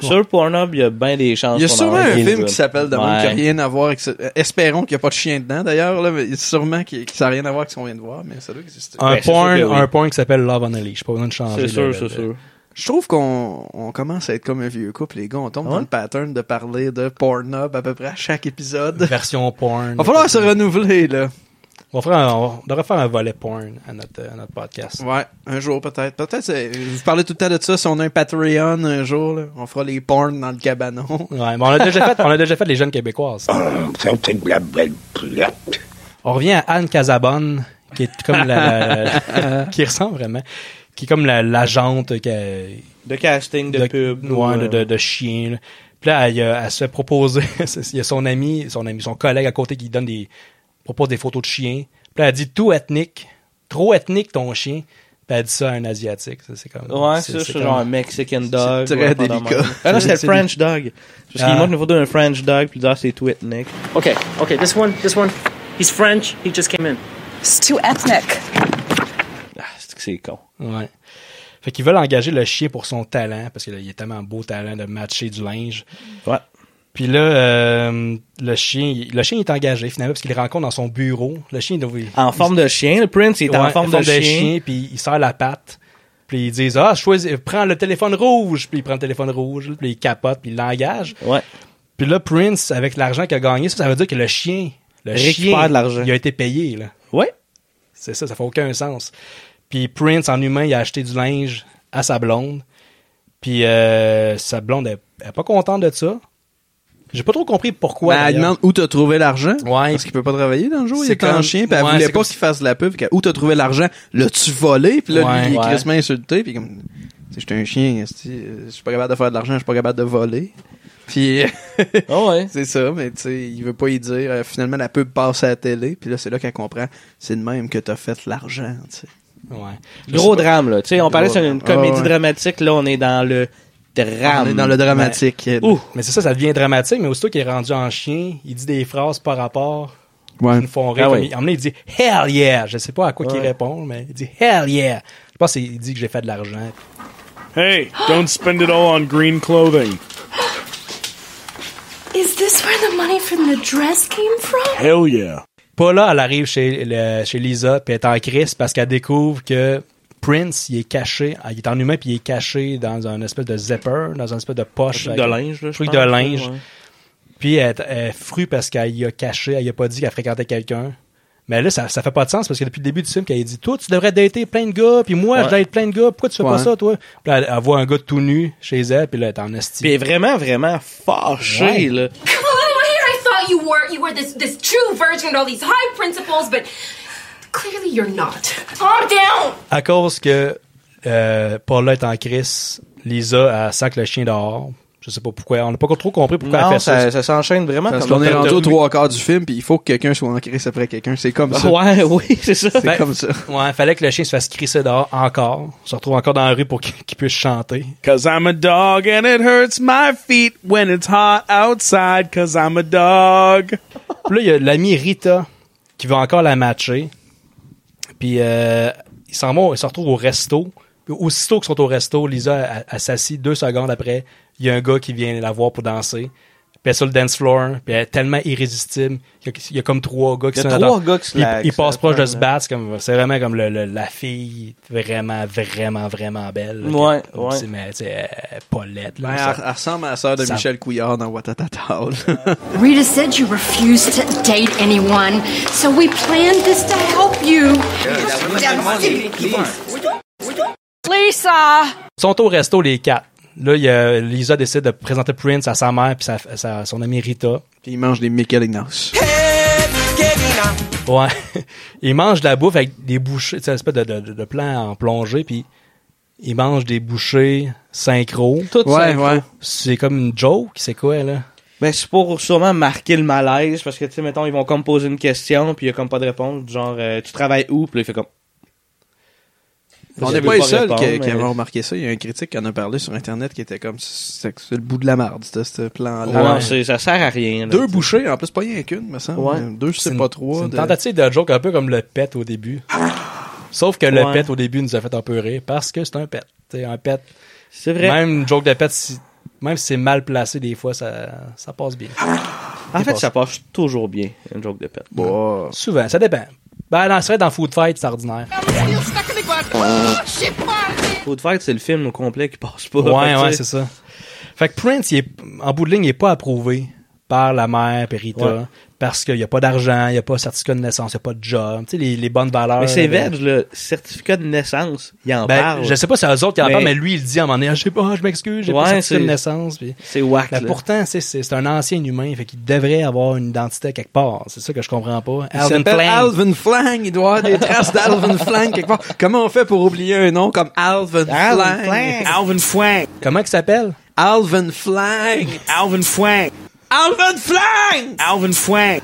Sur Pornhub, il y a bien des chances.
Il y a
qu'on
sûrement
en
un
revienne,
film
là.
qui s'appelle de même,
Ouais.
qui n'a rien à voir avec ça. Euh, Espérons qu'il n'y a pas de chien dedans, d'ailleurs, là, mais sûrement qu'il- que ça n'a rien à voir avec ce qu'on vient de voir, mais ça doit exister.
Ah. Ben,
Un porn, un porn qui s'appelle Love on a Leash. Pas besoin de changer.
C'est sûr,
le-
c'est
le-
sûr.
Je trouve qu'on on commence à être comme un vieux couple, les gars. On
Ah
tombe dans
Ouais.
le pattern de parler de Pornhub à peu près à chaque épisode.
Ben,
Version porn.
Il va falloir se renouveler, là.
On, ferait un- on devrait faire un volet porn à notre, à notre podcast.
Ouais, un jour peut-être. Peut-être, c'est- vous parlez tout le temps de ça. Si on a un Patreon un jour, là, on fera les porn dans le cabanon.
Ouais, mais on a déjà fait, on a déjà fait les jeunes québécoises. On revient à Anne Casabonne, qui est comme la, la- qui ressemble vraiment, qui est comme la, l'agente qui a-
De casting, de, pub.
ouais,
ou,
de,
euh,
de, de chien. là. Puis là, elle, il y a- elle se fait proposer. il y a son ami, son ami, son collègue à côté qui donne des propose des photos de chiens. Puis là, elle dit tout ethnique, trop ethnique ton chien. Puis elle dit ça à un asiatique. Ça, c'est comme.
Ouais, ça, c'est
comme-
genre un Mexican dog.
très
ouais, pas de
délicat.
même. Ah non, c'était le
C'est-
French dog. Parce
Ah.
qu'il montre une photo d'un French dog, puis là, c'est tout ethnic.
Okay, okay, this one, this one. He's French. He just came in.
It's too ethnic.
Ah, C'est que c'est con.
Ouais. Fait qu'ils veulent engager le chien pour son talent, parce qu'il a tellement un beau talent de matcher du linge.
Ouais.
Puis là, euh, le chien, il- le chien est engagé finalement parce qu'il le rencontre dans son bureau. Le chien, il doit-
En
il-
forme de chien. Le Prince, il est
Ouais,
en forme de chien.
Puis il serre la patte. Puis ils disent Ah, choisis, prends le téléphone rouge. Puis il prend le téléphone rouge. Puis il capote. Puis il l'engage.
Ouais.
Puis là, Prince, avec l'argent qu'il a gagné, ça, ça veut dire que le chien. Le
Récupère
chien,
de l'argent.
Il a été payé, là.
Ouais.
C'est ça, ça fait aucun sens. Puis Prince, en humain, il a acheté du linge à sa blonde. Puis euh, sa blonde, elle, elle est pas contente de ça. J'ai pas trop compris pourquoi.
Ben, elle
d'ailleurs.
demande où t'as trouvé l'argent.
Ouais.
Parce qu'il peut pas travailler dans le jour. Il
C'est
est en
comme-
chien, puis elle
Ouais,
voulait
c'est
pas
comme
qu'il fasse de la pub. Fait qu'elle, Où t'as trouvé l'argent? L'as-tu volé? Puis là,
Ouais.
lui, il est
Ouais.
crissement insulté. Puis comme, Tu sais, j'étais un chien, esti, euh, je suis pas capable de faire de l'argent, je suis pas capable de voler. Puis,
Ah
c'est ça, mais tu sais, il veut pas y dire. Euh, finalement, la pub passe à la télé. Puis là, c'est là qu'elle comprend. C'est de même que t'as fait l'argent, tu sais.
Ouais.
Gros drame, là. Tu sais, on parlait
Gros
d'une une
drame.
comédie
Ah ouais.
dramatique, là, on est dans le drame.
On est dans le dramatique.
Ben,
Ouh, mais c'est ça, ça devient dramatique, mais aussitôt qu'il est rendu en chien, il dit des phrases par rapport qui nous font rire.
Ah
Comme
oui.
il, à un moment donné, il dit « Hell yeah! » Je sais pas à quoi qu'il
Ouais.
répond, mais il dit « Hell yeah! » Je pense qu'il dit que j'ai fait de l'argent.
Hey, don't spend it all on green clothing.
Is this where the money from the dress came from?
Hell yeah.
Paula, elle arrive chez, le- chez Lisa, puis elle est en crise parce qu'elle découvre que Prince, il est caché, il est en humain, puis il est caché dans un espèce de zipper, dans un espèce de poche.
Un truc de
avec-
linge, là, je
truc
pense,
de linge.
ouais.
Puis elle, est- elle est frue parce qu'elle y a caché, elle y a pas dit qu'elle fréquentait quelqu'un. Mais là, ça, ça fait pas de sens parce que depuis le début du film, qu'elle dit Toi, tu devrais dater plein de gars, puis moi,
Ouais.
je date plein de gars, pourquoi tu fais
Ouais.
pas ça, toi Puis elle, elle voit un gars tout nu chez elle, puis là, elle est en estime.
Puis elle est vraiment, vraiment fâchée,
Ouais.
là.
Come on here! I thought you were you were this this true virgin with all these high principles, but clearly you're not.
Calm down!
À cause que euh, Paula est en crise, Lisa, elle sac le chien dehors. Je sais pas pourquoi. On n'a pas trop compris pourquoi
Non,
elle fait ça.
ça- ça s'enchaîne vraiment
Parce
Parce
comme
qu'on
qu'on
est
est
rendu aux
rendu-
trois quarts du film, puis il faut que quelqu'un soit en crise après quelqu'un. C'est comme ça.
Ouais, oui, c'est ça.
C'est
Ben,
comme ça.
Ouais, fallait que le chien se fasse crisser dehors encore. On se retrouve encore dans la rue pour qu'il qu'il puisse chanter.
Cause I'm a dog and it hurts my feet when it's hot outside. Cause I'm a dog.
Puis là, il y a l'ami Rita qui veut encore la matcher. Puis euh, ils s'en vont, ils se retrouvent au resto. Puis aussitôt qu'ils sont au resto, Lisa elle- elle s'assit deux secondes après. Il y a un gars qui vient la voir pour danser. Puis elle est sur le dance floor, puis elle est tellement irrésistible. Il y a, il y a comme trois gars qui
Il y a
sont
trois
là-dedans.
gars qui se
Ils-
la- qui
Ils
se
passent
la
proche de
prennent, hein.
se
là.
battre. c'est comme- C'est vraiment comme le- le- la fille vraiment, vraiment, vraiment belle. là,
Ouais,
qui-
ouais.
c'est- Mais tu sais, elle est pas laide, là.
Ben,
Ça-
elle, elle ressemble à la sœur de
ça-
Michel Couillard dans Watatata.
Rita said you refused to date anyone, so we planned this to help you.
Lisa!
Ils sont au resto, les quatre. Là, il y a- Lisa décide de présenter Prince à sa mère puis sa, sa- son amie Rita.
Puis ils mangent des Michelinos.
Ouais. Ils mangent de la bouffe avec des bouchées, tu sais, une espèce de, de, de- de plan en plongée, puis ils mangent des bouchées synchro. Tout
Ouais, synchro. ouais.
C'est comme une joke, c'est quoi, là?
Ben, c'est pour sûrement marquer le malaise, parce que, tu sais, mettons, ils vont comme poser une question, puis il y a comme pas de réponse, du genre, euh, tu travailles où? Puis là, il fait comme...
On
Je
n'est
veux
pas les seuls
répondre,
qui, qui
mais-
avaient remarqué ça. Il y a un critique qui en a parlé sur Internet qui était comme c'est c'est le bout de la marde, ce- ce
Ah
plan-là.
non, c'est- ça sert à rien. là.
Deux bouchées, en plus, pas rien qu'une, me semble.
Ouais.
Deux, c'est pas trois.
C'est une
de-
tentative de joke un peu comme le pet au début. Sauf que
Ah! Ouais.
le pet au début nous a fait un peu rire parce que c'est un pet. C'est un pet.
C'est vrai.
Même une joke de pet, si- même si c'est mal placé des fois, ça, ça passe bien.
En fait,
passe.
ça passe toujours bien, une joke de pète.
Souvent, ça dépend. Ben, dans, serait dans Food Fight, c'est ordinaire.
Faut de faire, c'est le film au complet qui passe pas. Fait
Ouais,
que, tu
ouais,
sais,
c'est ça. Fait que Prince, il est, en bout de ligne, il n'est pas approuvé par la mère et Rita
Ouais.
parce qu'il n'y a pas d'argent, il n'y a pas de certificat de naissance, il n'y a pas de job, tu sais, les, les bonnes valeurs.
Mais c'est
là,
Veg, le certificat de naissance, il en
Ben,
parle.
je sais pas si c'est eux autres qui en
Mais-
parlent, mais lui, il dit à un moment donné, Ah, je sais pas, je m'excuse, j'ai pas de
Ouais,
certificat de
c'est-
naissance. puis-
C'est whack,
Mais
là.
pourtant, c'est- c'est c'est un ancien humain, fait qu'il devrait avoir une identité quelque part. C'est ça que je comprends pas.
Il s'appelle Alvin Flang. Il doit avoir des traces d'Alvin Flang quelque part. Comment on fait pour oublier un nom comme Alvin Flang?
Alvin Flang. Comment il s'appelle?
Alvin Flang.
Alvin Flang.
Alvin Flang!
Alvin Flang.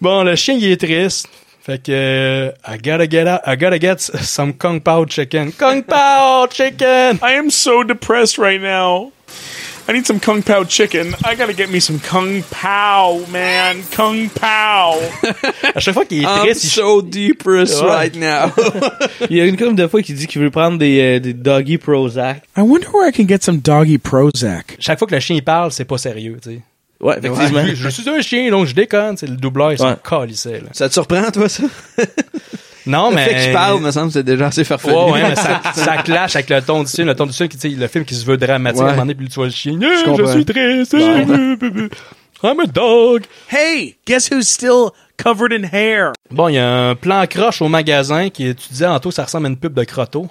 Bon, le chien, il est triste. Fait que, euh, I gotta get out, I gotta get some Kung Pao chicken. Kung Pao chicken!
I am so depressed right now. I need some Kung Pao chicken. I gotta get me some Kung Pao, man. Kung Pao.
À chaque fois qu'il est
I'm
triste, il-
so depressed
Ouais.
right now.
Il y a une couple de fois qui dit qu'il veut prendre des, euh, des doggy Prozac.
I wonder where I can get some doggy Prozac.
chaque fois que le chien il parle, c'est pas sérieux, tu sais.
Ouais, effectivement.
Ouais, je suis un chien, donc je déconne. C'est le doubleur, il s'en
Ouais.
calissait, là.
ça te surprend, toi, ça?
Non, mais.
Le fait qu'il parle, me semble, c'est déjà assez farfelu.
Ouais, ouais, mais ça, ça clash avec le ton du film. Le ton du film, qui, tu sais, le film qui se veut dramatique.
Ouais.
À un moment donné, puis tu vois le chien. Eh, je,
comprends.
suis triste.
Ouais.
eh, I'm a dog.
Hey, guess who's still covered in hair?
Bon, il y a un plan croche au magasin qui, tu disais, Anto, ça ressemble à une pub de Crotto.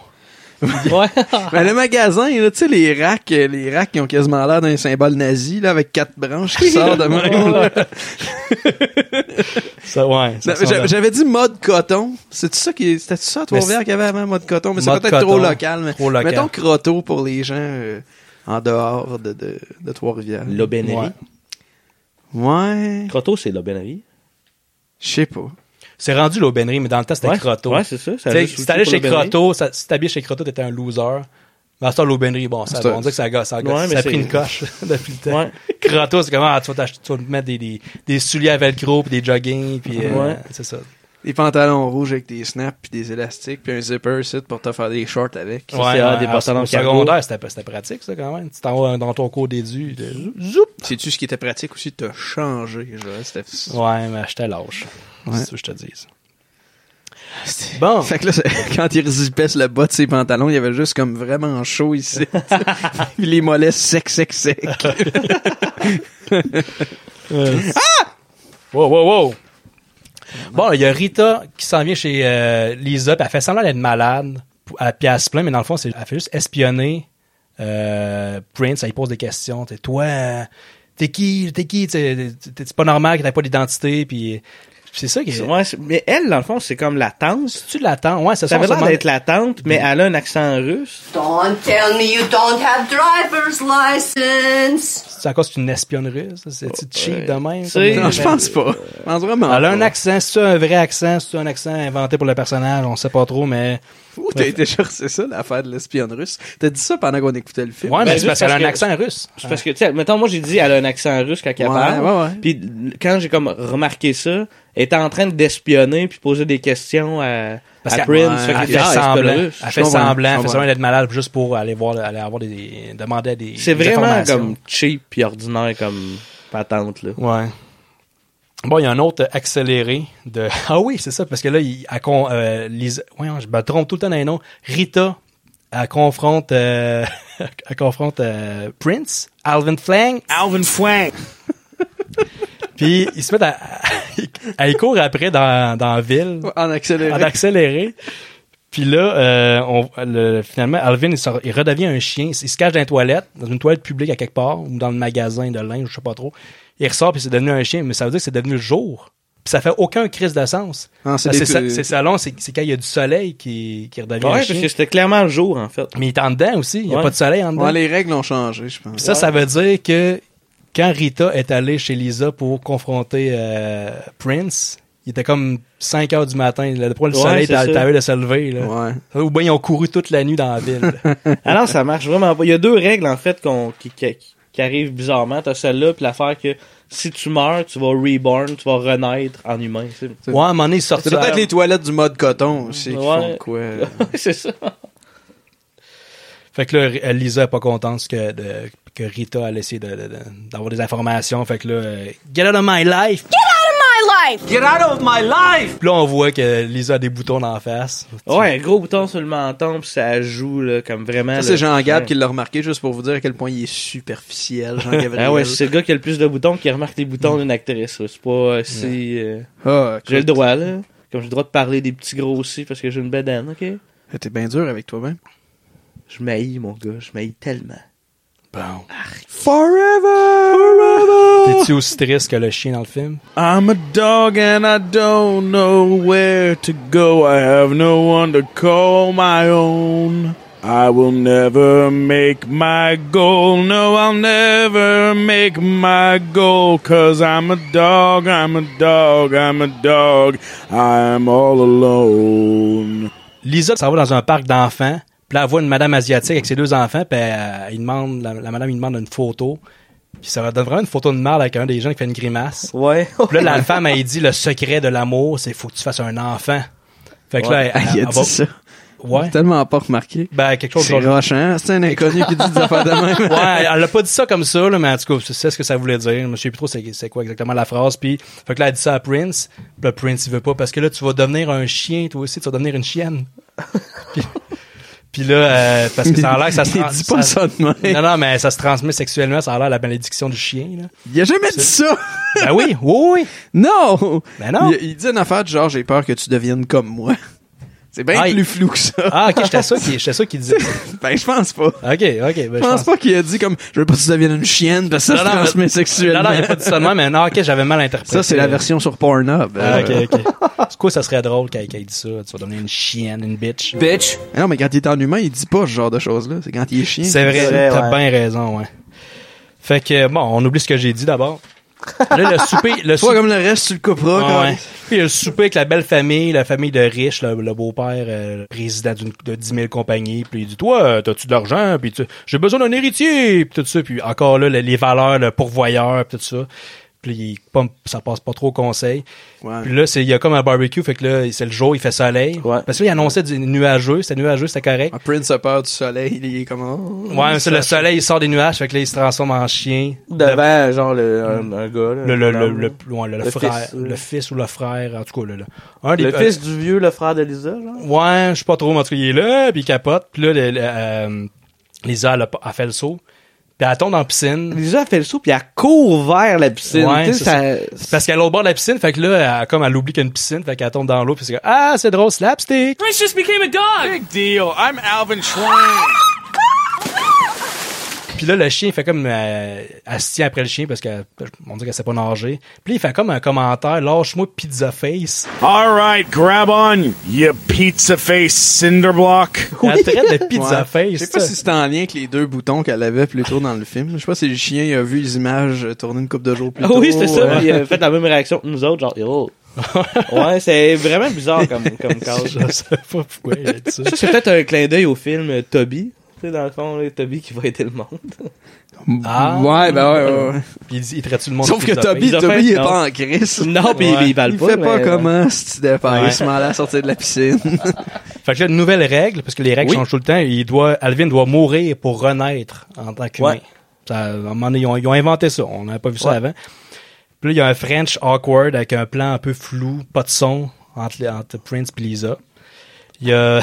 Mais le magasin, là, tu sais, les racks, euh, les racks, ils ont quasiment l'air d'un symbole nazi, là, avec quatre branches qui sortent de même. là.
Ça, ouais.
Non,
ça
mais
sent
j'a-
le-
J'avais dit mode coton. C'est ça qui, c'était ça,
Mais
trois verres qu'il y avait avant mode coton, mais c'est
Mode
peut-être trop
coton,
local. Mais
trop local.
mettons croto pour les gens euh, en dehors de, de, de Trois-Rivières.
L'aubainerie.
Ouais.
Croteau, c'est l'aubainerie.
Je sais pas.
C'est rendu l'aubainerie, mais dans le temps, c'était
Ouais,
Croteau.
ouais, c'est ça, ça a
T'sais,
juste
si
switché
t'allais
pour
chez
l'aubainerie.
Croteau, ça- si t'habillais chez Croteau, t'étais un loser. Mais à ça, l'aubainerie, bon, ça,
C'est un-
on dirait que ça, gosse, ça, gosse.
Ouais, mais
ça a
c'est-
pris une coche depuis le temps. Croteau, c'est comment, ah, tu vas t'acheter- tu vas te mettre des, des, des souliers à velcro, puis des joggings, puis euh,
Ouais.
c'est ça.
Des pantalons rouges avec des snaps puis des élastiques puis un zipper ici pour te faire des shorts avec.
Ouais,
ah,
ouais,
des
en-
pantalons
au
cargo.
secondaire, c'était c'était pratique, ça, quand même. Tu t'en vas dans ton cours déduit. de- Zoup!
C'est-tu ce qui était pratique aussi de te changer, genre, c'était-
Ouais, mais j'étais lâche.
Ouais.
C'est ça que je te dis. Bon.
Fait que là, c'est- quand il zippait sur le bas de ses pantalons, il y avait juste comme vraiment chaud ici. Puis les mollets sec, sec, sec.
ah! Wow, wow, wow! Bon, il y a Rita qui s'en vient chez euh, Lisa, puis elle fait semblant d'être malade, p- elle- puis elle se plaint, mais dans le fond, c'est, elle fait juste espionner euh, Prince, elle lui pose des questions. T'sais, toi, euh, t'es qui? T'es qui? T'sais, t'es- t'es- C'est pas normal que t'aies pas d'identité, puis c'est ça qui est.
Ouais, c'est- mais elle, dans le fond, c'est comme la tante.
C'est-tu de la tante? Ouais, ça
Ça
Mm. sent
avait l'air
sûrement-
d'être la tante, mais elle a un accent russe.
Don't tell me you don't have driver's license.
C'est encore c'est une espionne russe? C'est tu cheap de même?
C'est-
Comme-
Non, je pense pas.
Je pense vraiment
Elle a un
pas.
accent. C'est un vrai accent? C'est un accent inventé pour le personnage? On sait pas trop, mais.
Ouh, t'as été chercher ça, l'affaire de l'espionne russe. T'as dit ça pendant qu'on écoutait le film.
Ouais, mais
Ben,
c'est
juste
parce qu'elle a un
parce que-
accent russe.
C'est parce que, tu sais, mettons, moi, j'ai dit, elle a un accent russe quand elle
Ouais,
parle.
ouais, ouais.
Puis l- quand j'ai comme remarqué ça, elle était en train d'espionner puis poser des questions à,
Parce
à
qu'elle-
Prince.
elle,
fait que,
fait
ah,
semblant,
espionne
elle
russe.
fait
Je comprends,
semblant,
je
elle fait
comprends.
semblant d'être malade juste pour aller voir, aller avoir des, demander des.
C'est
des
vraiment
informations.
comme cheap puis ordinaire comme patente, là.
Ouais. Bon, il y a un autre accéléré de. Ah oui, c'est ça, parce que là, il, elle con- euh, Lisa- voyons, je me trompe tout le temps dans les noms. Rita, elle confronte, euh, elle confronte euh, Prince, Alvin Flang. Alvin Flang! Puis ils se mettent à. à- ils courent après dans, dans la ville.
En accéléré.
En accéléré. Puis là, euh, on- le- finalement, Alvin, il, sort- il redevient un chien. Il se cache dans une toilette, dans une toilette publique à quelque part, ou dans le magasin de linge, je sais pas trop. Il ressort, puis c'est devenu un chien, mais ça veut dire que c'est devenu le jour. Puis ça fait aucun crise de sens.
Ah, c'est
Parce
des-
que ça- c'est salon, c'est c'est quand il y a du soleil qui, qui redevient
Ouais,
un
parce
chien.
que c'était clairement le jour, en fait.
Mais il est en dedans aussi, il n'y a pas de soleil en dedans.
Ouais, les règles ont changé, je pense.
Puis ça, ça veut dire que quand Rita est allée chez Lisa pour confronter euh, Prince, il était comme 5 heures du matin. Là, pour le
Ouais,
soleil,
c'est
t'as
ça.
t'avais de se lever. Là. Ou bien ils ont couru toute la nuit dans la ville.
Alors, Ah ça marche vraiment pas. Il y a deux règles, en fait, qu'on- qui, qui, qui arrivent bizarrement. T'as celle-là, puis l'affaire que si tu meurs, tu vas reborn, tu vas renaître en humain. tu sais.
Ouais, à un moment donné, ils sortent
C'est
ça.
peut-être les toilettes du mode coton aussi qui
Ouais.
font de quoi. euh,
c'est ça.
Fait que là, R- euh, Lisa n'est pas contente que, de- que Rita a essayé de- de- de- d'avoir des informations. Fait que là, euh, get out of my life!
Get out of my life!
Get out of my life! Puis là, on voit que Lisa a des boutons dans la face.
Ouais, un gros bouton sur le menton, puis ça joue, là, comme vraiment.
Ça,
là,
euh,
c'est Jean-Gab qui
putain.
l'a remarqué juste pour vous dire à quel point il est superficiel, Jean-Gabriel.
Ah ouais, c'est le gars qui a le plus de boutons qui remarque les
Mm.
boutons d'une actrice. là. C'est pas euh, si. euh,
Ah,
j'ai le
écoute.
droit, là. Comme j'ai le droit de parler des petits gros aussi parce que j'ai une bédaine, ok?
Ah, T'es bien dur avec toi-même.
Je m'haïs, mon gars. Je m'haïs tellement.
Bon.
Forever!
T'es-tu aussi triste que le chien dans le film?
I'm a dog and I don't know where to go. I have no one to call my own. I will never make my goal. No, I'll never make my goal. Cause I'm a dog, I'm a dog, I'm a dog. I'm all alone.
Lisa s'en va dans un parc d'enfants. Puis là, elle voit une madame asiatique avec ses deux enfants. Puis elle- il demande, la, la madame, il demande une photo. Puis ça donne vraiment une photo de mal avec un des gens qui fait une grimace.
Ouais.
Puis là, la femme, elle dit le secret de l'amour, c'est faut que tu fasses un enfant. Fait que là, elle,
il a
elle
dit
va-
ça.
Ouais.
J'ai tellement pas remarqué.
Ben, quelque chose
C'est
genre-
rochant. C'est un inconnu qui dit des affaires de même.
ouais, elle a pas dit ça comme ça, là, mais en tout cas, c'est ce que ça voulait dire. Je me souviens plus trop c'est c'est quoi exactement la phrase. Puis, fait que là, elle dit ça à Prince. Puis là, Prince, il veut pas parce que là, tu vas devenir un chien, toi aussi, tu vas devenir une chienne. Puis- Puis là, euh, parce que ça a l'air que ça se
Il
trans-
dit pas ça de même.
Non, non, mais ça se transmet sexuellement, ça a l'air la malédiction du chien, là.
Il a jamais dit ça!
Ben oui, oui, oui.
Non!
Ben non.
Il, il dit une affaire du genre, j'ai peur que tu deviennes comme moi. C'est bien
Ah, il-
plus flou que ça.
Ah, ok, j'étais sûr qu'il- j'étais sûr qu'il disait.
ben, je pense pas. Ok,
ok, ben,
je pense pas qu'il a dit comme je veux pas que tu deviennes une chienne parce que ça se transmet
mais-
sexuellement.
Non, non, il a pas dit ça de même, mais non, ok, j'avais mal interprété.
Ça, c'est la version sur Pornhub.
Ah,
Euh,
ok, ok. C'est quoi, ça serait drôle quand quand il dit ça? Tu vas devenir une chienne, une bitch.
Bitch. Mais non, mais quand il est en humain, il dit pas ce genre de choses-là. C'est quand il est chien.
C'est
qu'il dit
vrai,
ça.
t'as bien raison, ouais. Fait que, bon, on oublie ce que j'ai dit d'abord. Là, le souper. Le
Toi, comme le reste, tu le couperas.
Ah,
quand
ouais. Puis il y a le souper avec la belle famille, la famille de riches, le, le beau-père, euh, président d'une- de 10 000 compagnies. Puis il dit, toi, euh, t'as-tu de l'argent? Puis tu- j'ai besoin d'un héritier. Puis tout ça. Puis encore là, le- les valeurs, le pourvoyeur, puis tout ça. Puis il- pas- ça passe pas trop au conseil. Puis là, c'est- il y a comme un barbecue. Fait que là, c'est le jour, il fait soleil. Parce que là, il annonçait du nuageux. C'était nuageux, c'était correct.
Ah, Prince a peur du soleil. Il est comme. oh,
Ouais, mais c'est le
ça-
soleil, il sort des nuages, fait que là, il se transforme en chien.
Devant,
genre, le,
Mm.
un- un
gars,
là,
Le, le,
un
le,
homme,
le,
là.
ouais, le- le
Le
frère,
fils, là.
le fils ou le frère, en tout cas, là. là. Un
Le fils
du vieux, le frère de Lisa, genre? Ouais, je sais pas trop, mais en tout cas, il est là, puis il capote, puis là, le- le, euh, Lisa, elle a, pas- elle fait le saut, puis elle tombe dans la piscine.
Lisa fait le saut, puis elle court vers la piscine.
Ouais,
Tu sais,
c'est
ça-
ça. C'est parce qu'elle est au bord de la piscine, fait que là, elle, comme elle oublie qu'il y a une piscine, fait qu'elle tombe dans l'eau, puis c'est comme, ah, c'est drôle, slapstick!
Prince just became a dog. Big deal. I'm Alvin Schwein.
Puis là, le chien, il fait comme. Euh, elle se tient après le chien parce qu'on dirait qu'elle sait pas nager. Puis là, il fait comme un commentaire Lâche-moi Pizza Face.
All right, grab on, you pizza face cinder block.
Elle traite de Pizza
Ouais.
Face.
Je sais pas
ça.
si c'était en lien avec les deux boutons qu'elle avait plus tôt dans le film. Je sais pas si le chien il a vu les images euh, tourner une coupe de jours plus
Ah
tôt.
oui, c'est ça,
euh,
puis,
il a
fait
la même réaction que nous autres, genre, yo.
Ouais,
c'est vraiment bizarre comme,
comme Je sais pas pourquoi il a dit ça.
Ça,
c'est
c'est
peut-être un clin d'œil au film euh,
Toby.
Tu sais, dans le fond, Toby qui va aider le monde.
Ah. Ouais, ben ouais, ouais, ouais.
Puis il, dit- il traite tout le monde
Sauf
de
que
Pizza Face.
Toby, Toby, il est pas en crise.
Non, puis il- il vale
il
pas,
fait pas ah,
mais- euh,
comment, ce petit
Ouais.
dépasse, à sortir de la piscine.
Fait que là, une nouvelle règle, parce que les règles
Oui.
changent tout le temps, il doit, Alvin doit mourir pour renaître en tant qu'humain.
Ouais.
Ça, à un moment donné, ils, ont, ils ont inventé ça, on n'avait pas vu ça
Ouais.
avant. Puis là, il y a un French awkward avec un plan un peu flou, pas de son, entre, les- entre Prince et Lisa. Il y a...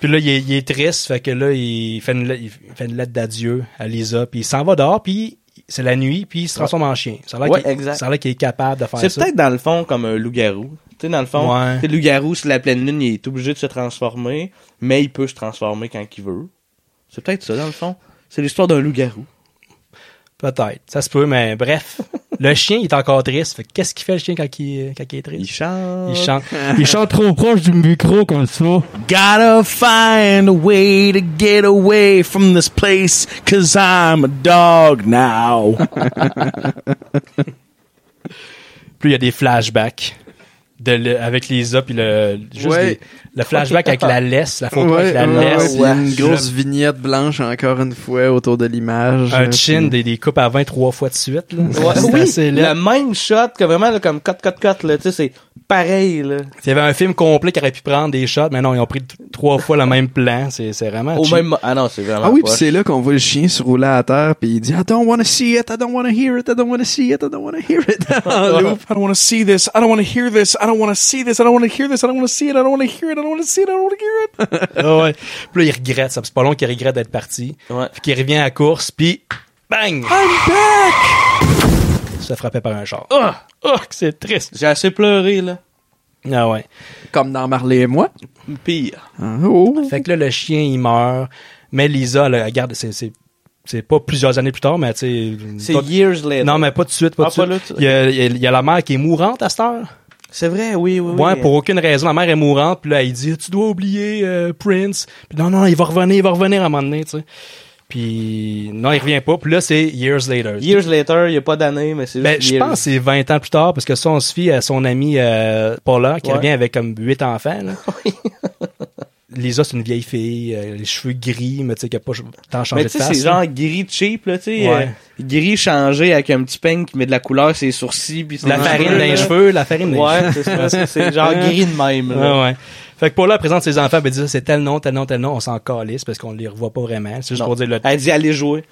puis là, il est, il est triste, fait que là, il fait une, le- il fait une lettre d'adieu à Lisa, puis il s'en va dehors, puis c'est la nuit, puis il se transforme en chien. Ça a l'air Ouais, qu'il- exact.
ça
a l'air qu'il est capable de faire ça. C'est peut-être dans le fond comme un loup-garou. Tu sais, dans le fond, Ouais. c'est le loup-garou, c'est la pleine lune, il est obligé de se transformer, mais il peut se transformer quand il veut. C'est peut-être ça, dans le fond. C'est l'histoire d'un loup-garou. Peut-être. Ça se peut, mais bref. le chien, il est encore triste. Fait que qu'est-ce qu'il fait, le chien, quand il, quand il est triste? Il chante. Il chante. Il chante trop proche du micro, comme ça.
Gotta find a way to get away from this place, cause I'm a dog now.
Puis il y a des flashbacks. De le- avec Lisa, puis le, juste
Ouais.
des- le flashback avec la laisse, la photo
Ouais,
avec la
ouais,
laisse.
ouais, puis une
Puis
grosse
le-
vignette blanche, encore une fois, autour de l'image.
un
Euh,
chin
puis-
des, des coupes à 23 fois de suite. Là.
Ouais,
C'est
oui,
assez laid.
le
même shot que vraiment comme cut cut cut là, tu sais c'est pareil là. Il y avait un film complet qui aurait pu prendre des shots, mais non, ils ont pris t- trois fois le même plan, c'est c'est vraiment
Au même mo-
Ah non, c'est vraiment
Ah oui, puis c'est là qu'on voit le chien se rouler à terre, puis il dit I don't wanna see it, I don't wanna hear it, I don't wanna see it, I don't wanna hear it. En loop.
I don't want to see this. I don't want to hear this. I don't want to see this. I don't want to hear this. I don't want to see it. I don't want to hear it. I don't want to see it. I don't want to hear it.
Ah ouais. Puis là, il regrette ça, c'est pas long qu'il regrette d'être parti. Puis qu'il revient à la course, puis bang,
I'm back.
il se fait frapper par un char. Ah, ah, que c'est triste. J'ai assez pleuré là. Ah ouais.
Comme dans Marley et moi.
Pire.
Ah, oh.
Fait que là, le chien, il meurt. Mais Lisa, là, elle garde, c'est, c'est, c'est pas plusieurs années plus tard, mais tu sais.
C'est
pas-
years later.
Non, mais pas de suite, pas de
Ah, pas là,
suite.
tu-
Il y, a, il y a- il y a la mère qui est mourante à cette heure.
C'est vrai, oui, oui,
Ouais, pour aucune raison. La mère est mourante, puis là, elle dit Tu dois oublier euh, Prince. Puis non, non, il va revenir, il va revenir à un moment donné, tu sais. Puis non, il revient pas. Puis là, c'est years later.
Years later, il n'y a pas d'année, mais c'est
Ben, je pense que c'est 20 ans plus tard, parce que ça, on se fie à son ami euh, Paula, qui
Ouais.
revient avec comme 8 enfants. Là. Lisa, c'est une vieille fille, euh, les cheveux gris, mais tu sais, qui a pas tant changé
Mais
de
tu sais,
face.
c'est
là.
genre gris cheap, là, tu sais.
Ouais.
euh, gris changé avec un petit peigne qui met de la couleur, ses sourcils, puis ses
La farine dans les
là.
cheveux, la farine dans les
Ouais,
cheveux.
c'est ça, c'est- c'est genre gris de même, là.
Ah Ouais, ouais. Fait que Paula présente ses enfants, ben, elle dit c'est tel nom, tel nom, tel nom, on s'en calisse parce qu'on les revoit pas vraiment. C'est juste pour dire le
Elle dit, allez jouer.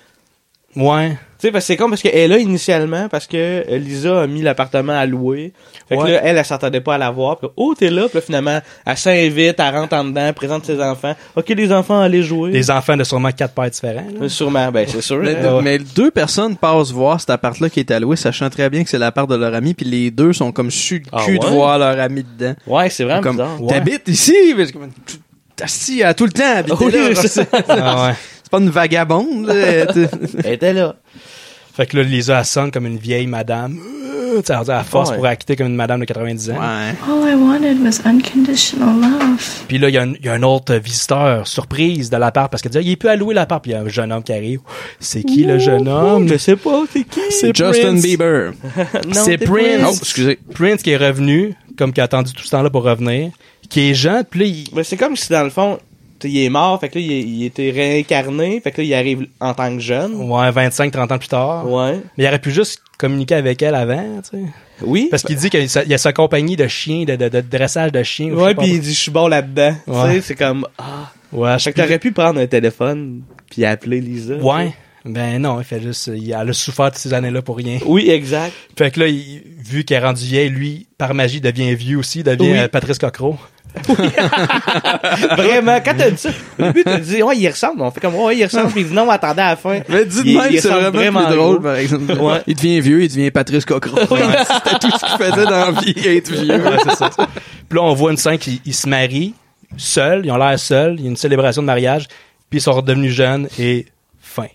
Ouais. Tu
sais, parce que c'est con parce qu'elle est là initialement parce que euh, Lisa a mis l'appartement à louer. Fait que
Ouais.
là, elle, elle s'attendait pas à la voir. Puis, oh, t'es là. Puis là, finalement, elle s'invite, elle rentre en dedans, présente ses enfants. Ok, les enfants, allez jouer.
Les enfants de sûrement quatre pères différents. là.
Euh, Sûrement, ben, c'est sûr.
Mais-
hein.
Mais deux personnes passent voir cet appart-là qui est alloué, sachant très bien que c'est l'appart de leur ami, puis les deux sont comme su le cul
Ah
de
ouais?
voir leur ami dedans.
Ouais, c'est vraiment
comme,
bizarre.
T'habites ici? Mais c'est comme, Tu- T'assis à tout le temps, habiter
Oui,
là.
c'est ça.
Ah ouais.
C'est pas une vagabonde. là.
Elle était là.
Fait que là, Lisa, elle sonne comme une vieille madame. Euh, Tu sais, elle dit, à force
Ouais.
pour acquitter comme une madame de 90 ans.
All I wanted was unconditional love.
Puis là, il y, a un- il y a un autre visiteur, surprise, de l'appart, parce qu'il dit, Ah, il est plus alloué l'appart. Puis il y a un jeune homme qui arrive. C'est qui le jeune homme?
Je sais pas, c'est qui?
C'est
Justin
Prince.
Bieber.
c'est
t'es
Prince.
Prince. Oh, excusez.
Prince qui est revenu, comme qui a attendu tout ce temps-là pour revenir, qui est jeune, puis là, il-
Ben, c'est comme si dans le fond, t'sais, il est mort, fait que là, il, est- il était réincarné, fait que là, il arrive en tant que jeune.
ouais, 25-30 ans plus tard.
Ouais.
Mais il aurait pu juste communiquer avec elle avant, tu sais.
Oui.
Parce qu'il dit qu'il y a sa- il y a sa compagnie de chiens, de, de- de dressage de chiens. ou je
Ouais,
sais pas
puis il
quoi.
dit, je suis bon là-dedans. Tu
Ouais.
sais, c'est comme, ah.
Ouais, je
Fait que t'aurais pu prendre un téléphone, puis appeler Lisa. tu
Ouais.
sais.
Ben non, il fait juste. il- elle a souffert de ces années-là pour rien.
Oui, exact.
Fait que là, il- vu qu'elle est rendue vieille, lui, par magie, devient vieux aussi, devient
Oui.
euh, Patrice Cocro.
Vraiment, quand t'as dit ça, au début, t'as dit, ouais, il ressemble. On fait comme, ouais, il ressemble, puis il dit, non, attendez à la fin.
Mais dis de
Il-
même,
il
c'est
ressemble
vraiment, plus
gros.
drôle, par exemple.
Ouais.
Il devient vieux, il devient Patrice Cocro. C'était tout ce qu'il faisait dans la vie, être vieux.
Ouais, c'est ça. Puis là, on voit une scène qui ils se marient, seuls, ils ont l'air seuls, il y a une célébration de mariage, puis ils sont redevenus jeunes et fin.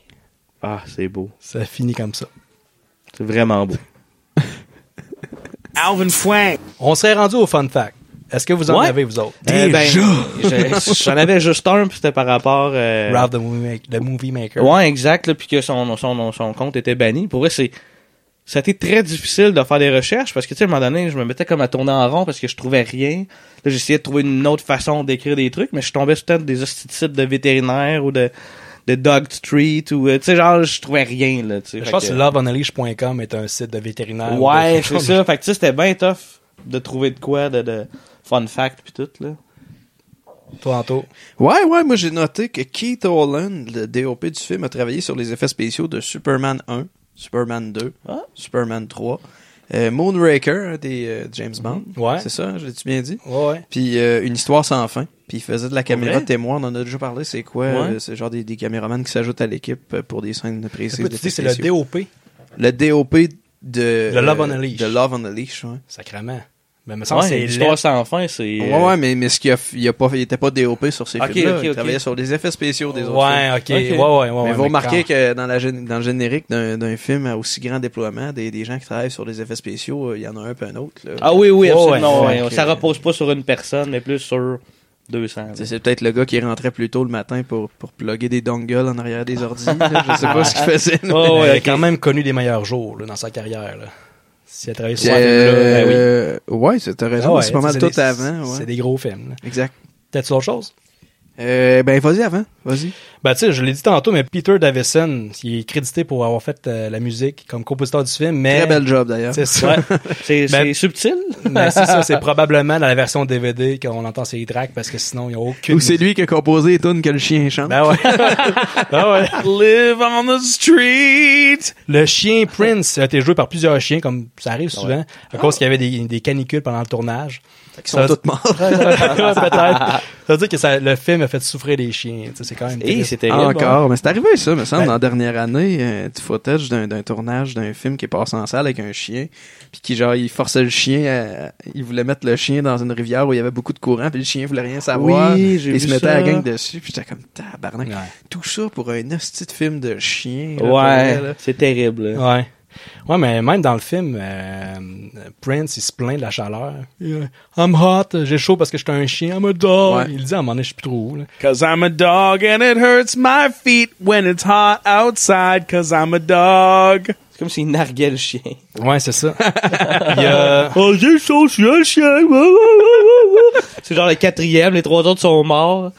Ah, c'est beau.
Ça finit comme ça.
C'est vraiment beau.
Alvin Fwang. On serait rendu au fun fact. Est-ce que vous en
Ouais.
avez, vous autres?
Eh ben, je- J'en avais juste un, puis c'était par rapport, euh,
Ralph the Movie, Make- the Movie Maker.
Ouais, exact, là, puis que son, son, son compte était banni. Pour vrai, c'est. Ça a été très difficile de faire des recherches parce que, tu sais, à un moment donné, je me mettais comme à tourner en rond parce que je trouvais rien. Là, j'essayais de trouver une autre façon d'écrire des trucs, mais je tombais sur le temps des hosticides de vétérinaires ou de, de Dog Street ou, euh, tu sais, genre, je trouvais rien, là, tu sais.
Je
Fait
pense
que-
que loveonalish.com est un site de vétérinaire.
Ouais, c'est ça. Fait que, tu sais, c'était bien tough de trouver de quoi, de, de fun fact puis tout, là.
Toi, Anto.
Ouais, ouais, moi j'ai noté que Keith Holland, le DOP du film, a travaillé sur les effets spéciaux de Superman 1, Superman 2,
Ah.
Superman 3, euh, Moonraker, un des euh, James Bond.
Mm-hmm.
Ouais.
C'est ça, je l'ai-tu bien dit?
Ouais, ouais.
Puis euh, Une histoire sans fin. Puis il faisait de la caméra
vrai?
témoin, on en a déjà parlé, c'est quoi?
Ouais.
euh, c'est genre des, des caméramans qui s'ajoutent à l'équipe euh, pour des scènes précises.
Écoute, tu dis,
d'effets
c'est le
spéciaux.
DOP.
Le DOP de...
Le Love
euh,
on a Leash.
De Love on a Leash, ouais.
Sacrement. Mais me semble que
Ouais,
c'est
l'histoire
laid.
sans fin, c'est.
Ouais, ouais, mais, mais ce qu'il a, f- il a pas, il était pas DOP sur ces
Ok,
films-là.
ok,
Il
ok.
travaillait sur les effets spéciaux des autres
Ouais,
films.
ok. Ouais, ouais, ouais.
mais
ouais,
vous remarquez
quand-
que dans, la, gén- dans le générique d'un d'un film à aussi grand déploiement, des, des gens qui travaillent sur les effets spéciaux, euh, il y en a un peu un autre. là.
Ah oui, oui,
Ouais,
absolument.
ouais.
ouais.
Fait que-
Ça repose pas sur une personne, mais plus sur 200. là.
C'est- C'est peut-être le gars qui rentrait plus tôt le matin pour, pour plugger des dongles en arrière des ordi. là. Je sais pas ce qu'il faisait. là.
Ouais, ouais, il a quand même connu des meilleurs jours là, dans sa carrière. Là. Si elle travaillait sur ce film-là, ben oui.
Euh, Ouais, c'est- t'as raison.
Ah ouais,
c'est pas mal
des-
tout avant. ouais.
C'est des gros films. là.
Exact.
T'as-tu d'autres choses?
Euh, ben, vas-y avant. Vas-y.
Ben, tu sais, je l'ai dit tantôt, mais Peter Davison, il est crédité pour avoir fait euh, la musique comme compositeur du film, mais...
Très bel job d'ailleurs.
C'est ça.
Ouais. C'est
Ben-
c'est subtil.
Ben, c'est ça, c'est probablement dans la version DVD qu'on entend ces tracks, parce que sinon, il n'y a aucune...
Ou c'est lui qui a composé les tunes que le chien chante.
Ben ouais. Ben ouais.
Live on the street.
Le chien Prince a été joué par plusieurs chiens, comme ça arrive souvent, à cause qu'il y avait des, des canicules pendant le tournage.
Ils sont
Ça-
tous morts.
Ouais, peut-être. Ça veut dire que ça- le film a fait souffrir les chiens. tu sais, C'est quand même.
Eh,
Hey,
triste.
c'est terrible.
Encore, mais c'est arrivé ça, me semble,
Ben-
dans la dernière année, euh, du footage d'un d'un tournage d'un film qui est passé en salle avec un chien, puis qui genre, il forçait le chien, à- il voulait mettre le chien dans une rivière où il y avait beaucoup de courant, puis le chien voulait rien savoir,
Oui,
et
j'ai
il se
vu
mettait
ça.
à la gang dessus, puis j'étais comme tabarnak.
Ouais.
Tout ça pour un hostie de film de chien. là, pour vrai,
Ouais,
là.
c'est terrible. là.
Ouais. Ouais, mais même dans le film, euh, Prince, il se plaint de la chaleur. Il, euh, I'm hot, j'ai chaud parce que j'étais un chien, I'm a dog.
Ouais.
Il dit à un moment donné, je sais plus trop où. là.
Cause I'm a dog and it hurts my feet when it's hot outside. Cause I'm a dog.
C'est comme s'il narguait le chien.
Ouais, c'est ça. Il y a-
Oh, j'ai chaud, je suis un chien. c'est genre le quatrième, les trois autres sont morts.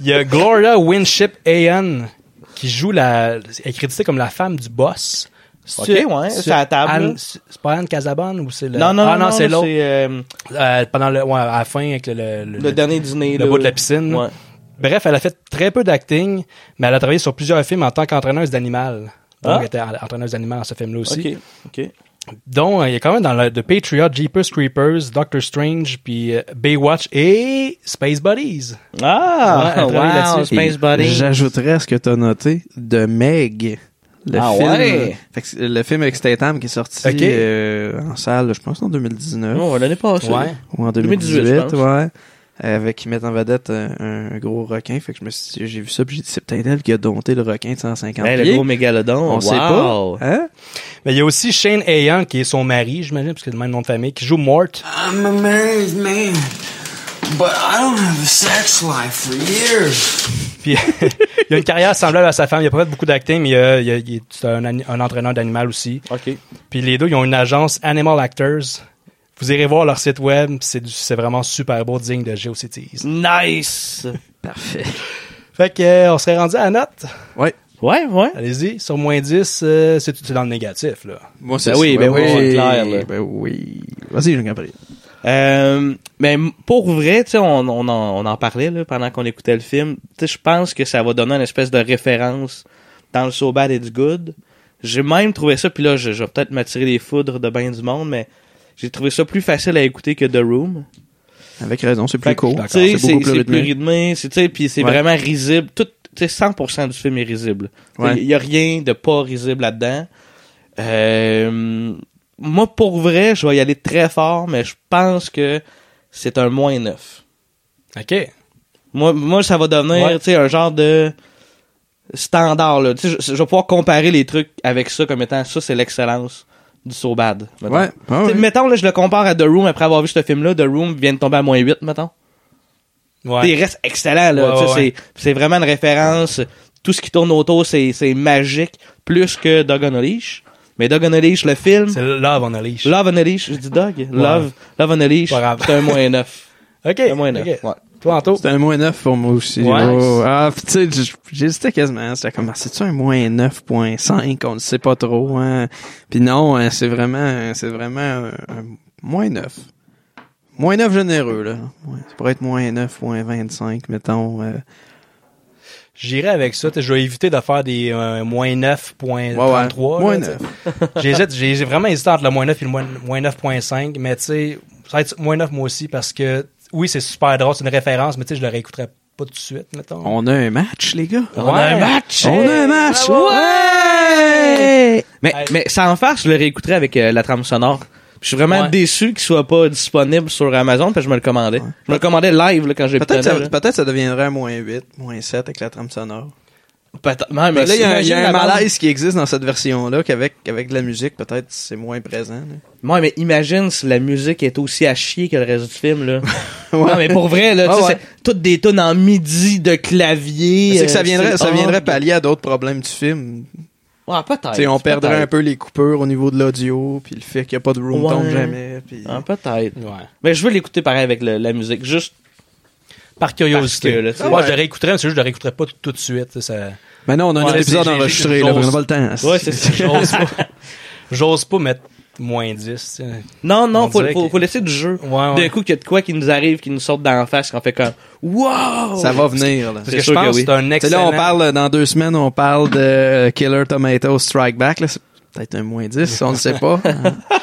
Il y a Gloria Winship Aeon qui joue la. Elle est créditée comme la femme du boss.
Ok, ouais, c'est à la table,
Anne-
là.
c'est pas Anne Casabonne ou c'est le.
Non, non,
Ah, c'est
là,
l'autre.
euh,
Euh, pendant le. Ouais, à la fin avec le. Le,
le dernier dîner.
le
là.
bout de la piscine.
Ouais.
Bref, elle a fait très peu d'acting, mais elle a travaillé sur plusieurs films en tant qu'entraîneuse d'animal. Donc,
Ah.
elle était en- entraîneuse d'animal dans ce film-là aussi.
Ok, ok.
Donc, euh, il y a quand même dans le The Patriot, Jeepers Creepers, Doctor Strange, puis euh, Baywatch et Space Buddies.
Ah,
elle travaille
wow,
là-dessus.
Space
Et
Buddies.
J'ajouterais ce que tu as noté de Meg. Le
Ah
film,
ouais?
Fait que c'est le film avec Statham qui est sorti
Ok.
euh, en salle, je pense, en 2019.
Ouais, Oh, l'année passée.
Ouais. Ou en 2018,
2018, je pense.
ouais. Avec qui met en vedette euh, un, un gros requin. Fait que je me suis dit- j'ai vu ça, puis j'ai dit, c'est peut-être elle qui a dompté le requin de 150
Hey, Ben, le
pieds.
gros mégalodon,
On sait pas.
wow.
Hein?
Mais il y a aussi Shane Ayan, qui est son mari, j'imagine, parce que c'est le même nom de famille, qui joue Mort.
I'm a married man, but I don't have a sex life for years.
Puis il a une carrière semblable à sa femme. Il a pas fait beaucoup d'acting, mais euh, il a- il est c'est un, ani- un entraîneur d'animal aussi. Puis les deux, ils ont une agence Animal Actors. Vous irez voir leur site web, c'est du- c'est vraiment super beau, digne de GeoCities.
Nice!
Parfait. Fait que, euh, on serait rendu à la note.
Ouais.
Ouais, ouais.
Allez-y, sur moins 10, euh, c'est c'est dans le négatif, là.
Moi,
Ben oui, ben oui, c'est clair. Là.
Ben oui. Vas-y, Jean-Gabriel.
Euh, mais m- pour vrai, tu sais, on, on, en, on en parlait là, pendant qu'on écoutait le film. Tu sais, je pense que ça va donner une espèce de référence dans le So Bad It's Good. J'ai même trouvé ça, puis là, je, je vais peut-être m'attirer les foudres de bien du monde, mais j'ai trouvé ça plus facile à écouter que The Room.
Avec raison, c'est
Fait
plus
que,
court.
tu sais,
C'est
C'est
beaucoup plus
c'est plus
rythmé.
rythmé, c'est, tu sais, puis c'est
Ouais.
vraiment risible. Tout, tu sais, 100% du film est risible. Il
Ouais.
n'y a rien de pas risible là-dedans. Euh, moi, pour vrai, je vais y aller très fort, mais je pense que c'est un moins 9.
OK.
Moi, moi ça va devenir
Ouais.
tu sais, un genre de standard. Là. Tu sais, Je, je vais pouvoir comparer les trucs avec ça comme étant ça, c'est l'excellence du So Bad. mettons.
Ouais. Ah
Tu sais,
ouais.
Mettons, là, je le compare à The Room après avoir vu ce film-là. The Room vient de tomber à moins 8, mettons.
Ouais.
Tu sais, Il reste excellent, là.
Ouais,
Tu sais,
ouais, ouais.
C'est, c'est vraiment une référence. Tout ce qui tourne autour, c'est, c'est magique, plus que Dog on a Leash. Mais Dog on a Leash, le film...
C'est Love on a Leash.
Love on a Leash, je dis Dog. Love, Love on a Leash,
Pas grave.
c'est un moins 9.
OK.
Un moins 9,
ok.
ouais.
Toi, Anto?
C'était un moins 9 pour moi aussi.
Ouais.
Oh, ah, pis tu sais, j- j'hésitais quasiment. C'était comme, ah, c'est-tu un moins 9.5? On ne sait pas trop. Hein? Puis non, hein, c'est vraiment, c'est vraiment un, un moins 9. Moins 9 généreux, là. Ouais, ça pourrait être moins 9, moins 25, mettons. euh.
J'irai avec ça. tu sais, Je vais éviter de faire des euh, moins 9.33. là,
Moins
tu sais. J'hésite. J'ai j'ai vraiment hésité entre le moins 9 et le moins moins 9.5. Mais tu sais, ça va être moins 9 moi aussi parce que oui, c'est super drôle. C'est une référence, mais tu sais, je le réécouterai pas tout de suite, mettons.
On a un match, les gars.
On a un match!
On a un match! Ouais!
Mais, mais sans faire, je le réécouterai avec euh, la trame sonore. Je suis vraiment
Ouais.
déçu qu'il soit pas disponible sur Amazon parce que je me le commandais. Je me le commandais live là, quand j'ai
Peut-être
obtenu,
ça,
là.
peut-être ça deviendrait un moins 8, moins 7 avec la trame sonore.
Peut-être- Ouais, mais
Mais là, il y a, un- il y a
imagine
un
la bande-
malaise qui existe dans cette version-là qu'avec avec de la musique, peut-être c'est moins présent. là.
Ouais, mais imagine si la musique est aussi à chier que le reste du film là.
Ouais.
Non, mais pour vrai là, tu sais,
Ouais, ouais.
c'est toutes des tonnes en midi de clavier.
C'est que ça
euh,
viendrait,
c'est-
ça
Ah.
viendrait pallier à d'autres problèmes du film.
Ouais, peut-être.
Tu sais, on perdrait
peut-être.
un peu les coupures au niveau de l'audio, puis le fait qu'il n'y a pas de room
Ouais.
tone jamais. Puis...
Ah, peut-être. Mais je veux l'écouter pareil avec le- la musique, juste
par curiosité.
Parce que, là, tu sais.
Moi, je le réécouterais, mais c'est juste que je le réécouterais pas tout, tout de suite. tu sais, Ça...
Mais non, on a un
Ouais,
épisode
c'est- j'ai-
enregistré,
j'ai-
là,
j'ose-
on a pas le temps.
Ouais, c'est ça. J'ose pas, j'ose pas mettre moins 10. tu sais.
Non, non,
On
faut,
dirait
faut,
que-
faut laisser du jeu.
ouais.
D'un coup, qu'il y a de quoi qui nous arrive, qui nous sort dans la face, qu'on fait comme Oh, Wow!
Ça va venir. Là.
Parce que je pense que c'est un
Tu sais, Là,
excellent...
on parle, euh, dans deux semaines, on parle de euh, Killer Tomato Strike Back. là. C'est peut-être un moins 10, on ne sait pas.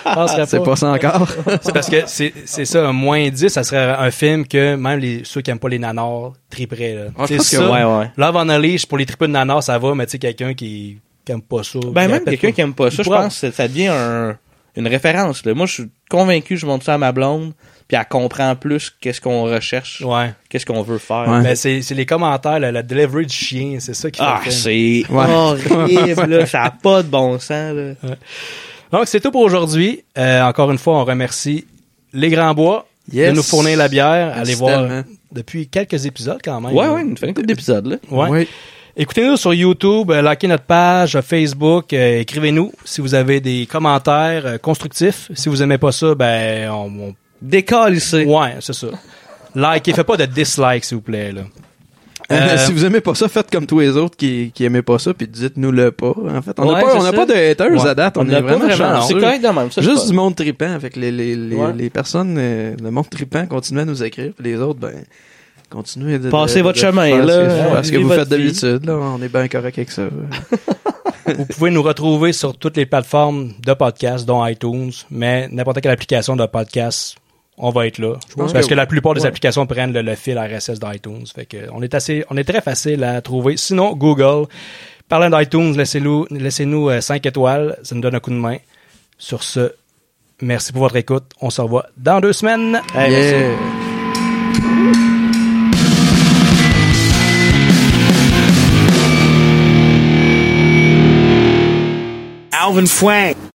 on serait
C'est
pas.
pas ça encore.
C'est parce que c'est c'est ça, un moins 10, ça serait un film que même les, ceux qui aiment pas les nanars triperaient. Là.
Ah, je
C'est
pense que
ça,
ouais, ouais.
Love on a Leash, pour les tripes de nanars, ça va, mais tu sais, quelqu'un qui, qui aime pas ça.
Ben,
qui
même
répète
quelqu'un qui aime pas ça,
Il
je
pourrait-
pense que ça devient un- une référence. Là. Moi, je suis convaincu, je montre ça à ma blonde, puis elle comprend plus qu'est-ce qu'on recherche,
Ouais.
qu'est-ce qu'on veut faire.
Ben, c'est c'est les commentaires, la, la delivery du chien, c'est ça qui fait
Ah,
le film.
c'est
Ouais.
horrible, là. ça n'a pas de bon sens. Là.
Donc, c'est tout pour aujourd'hui. Euh, encore une fois, on remercie les Grands Bois
Yes.
de nous fournir la bière.
Merci
Allez voir
tellement.
depuis quelques épisodes quand même.
Ouais, ouais, une fin d'épisode. Là.
Ouais. Écoutez-nous sur YouTube, euh, likez notre page euh, Facebook, euh, écrivez-nous si vous avez des commentaires euh, constructifs. Si vous aimez pas ça, ben on, on...
Décalissez.
Ouais, c'est ça. Likez, faites pas de dislike s'il vous plaît là. Euh,
si vous aimez pas ça, faites comme tous les autres qui, qui aimaient pas ça, puis dites-nous le pas. En fait, on n'a
Ouais,
pas,
c'est
on a
ça.
pas de haters
Ouais.
à date. On,
On
est
a pas
vraiment,
vraiment.
chanceux.
C'est correct de même, ça, je
Juste
pense.
du monde tripant. Fait que les, les, les,
Ouais.
les personnes, euh, le monde tripant continue à nous écrire, puis les autres, ben, Continuez de.
Passez
de-
votre
de
chemin,
faire ce
là.
que- Parce que
Vivez
vous
votre
faites d'habitude, là. On est bien correct avec ça.
Vous pouvez nous retrouver sur toutes les plateformes de podcast, dont iTunes, mais n'importe quelle application de podcast, on va être là.
pense
parce
que
que, la plupart des
ouais.
applications prennent le, le fil RSS d'iTunes. Fait que on est assez, on est très facile à trouver. Sinon, Google. Parlant d'iTunes, laissez-nous, laissez-nous 5 étoiles. Ça nous donne un coup de main. Sur ce, merci pour votre écoute. On se revoit dans deux semaines.
Hey, merci. Yeah.
Alvin Fwang.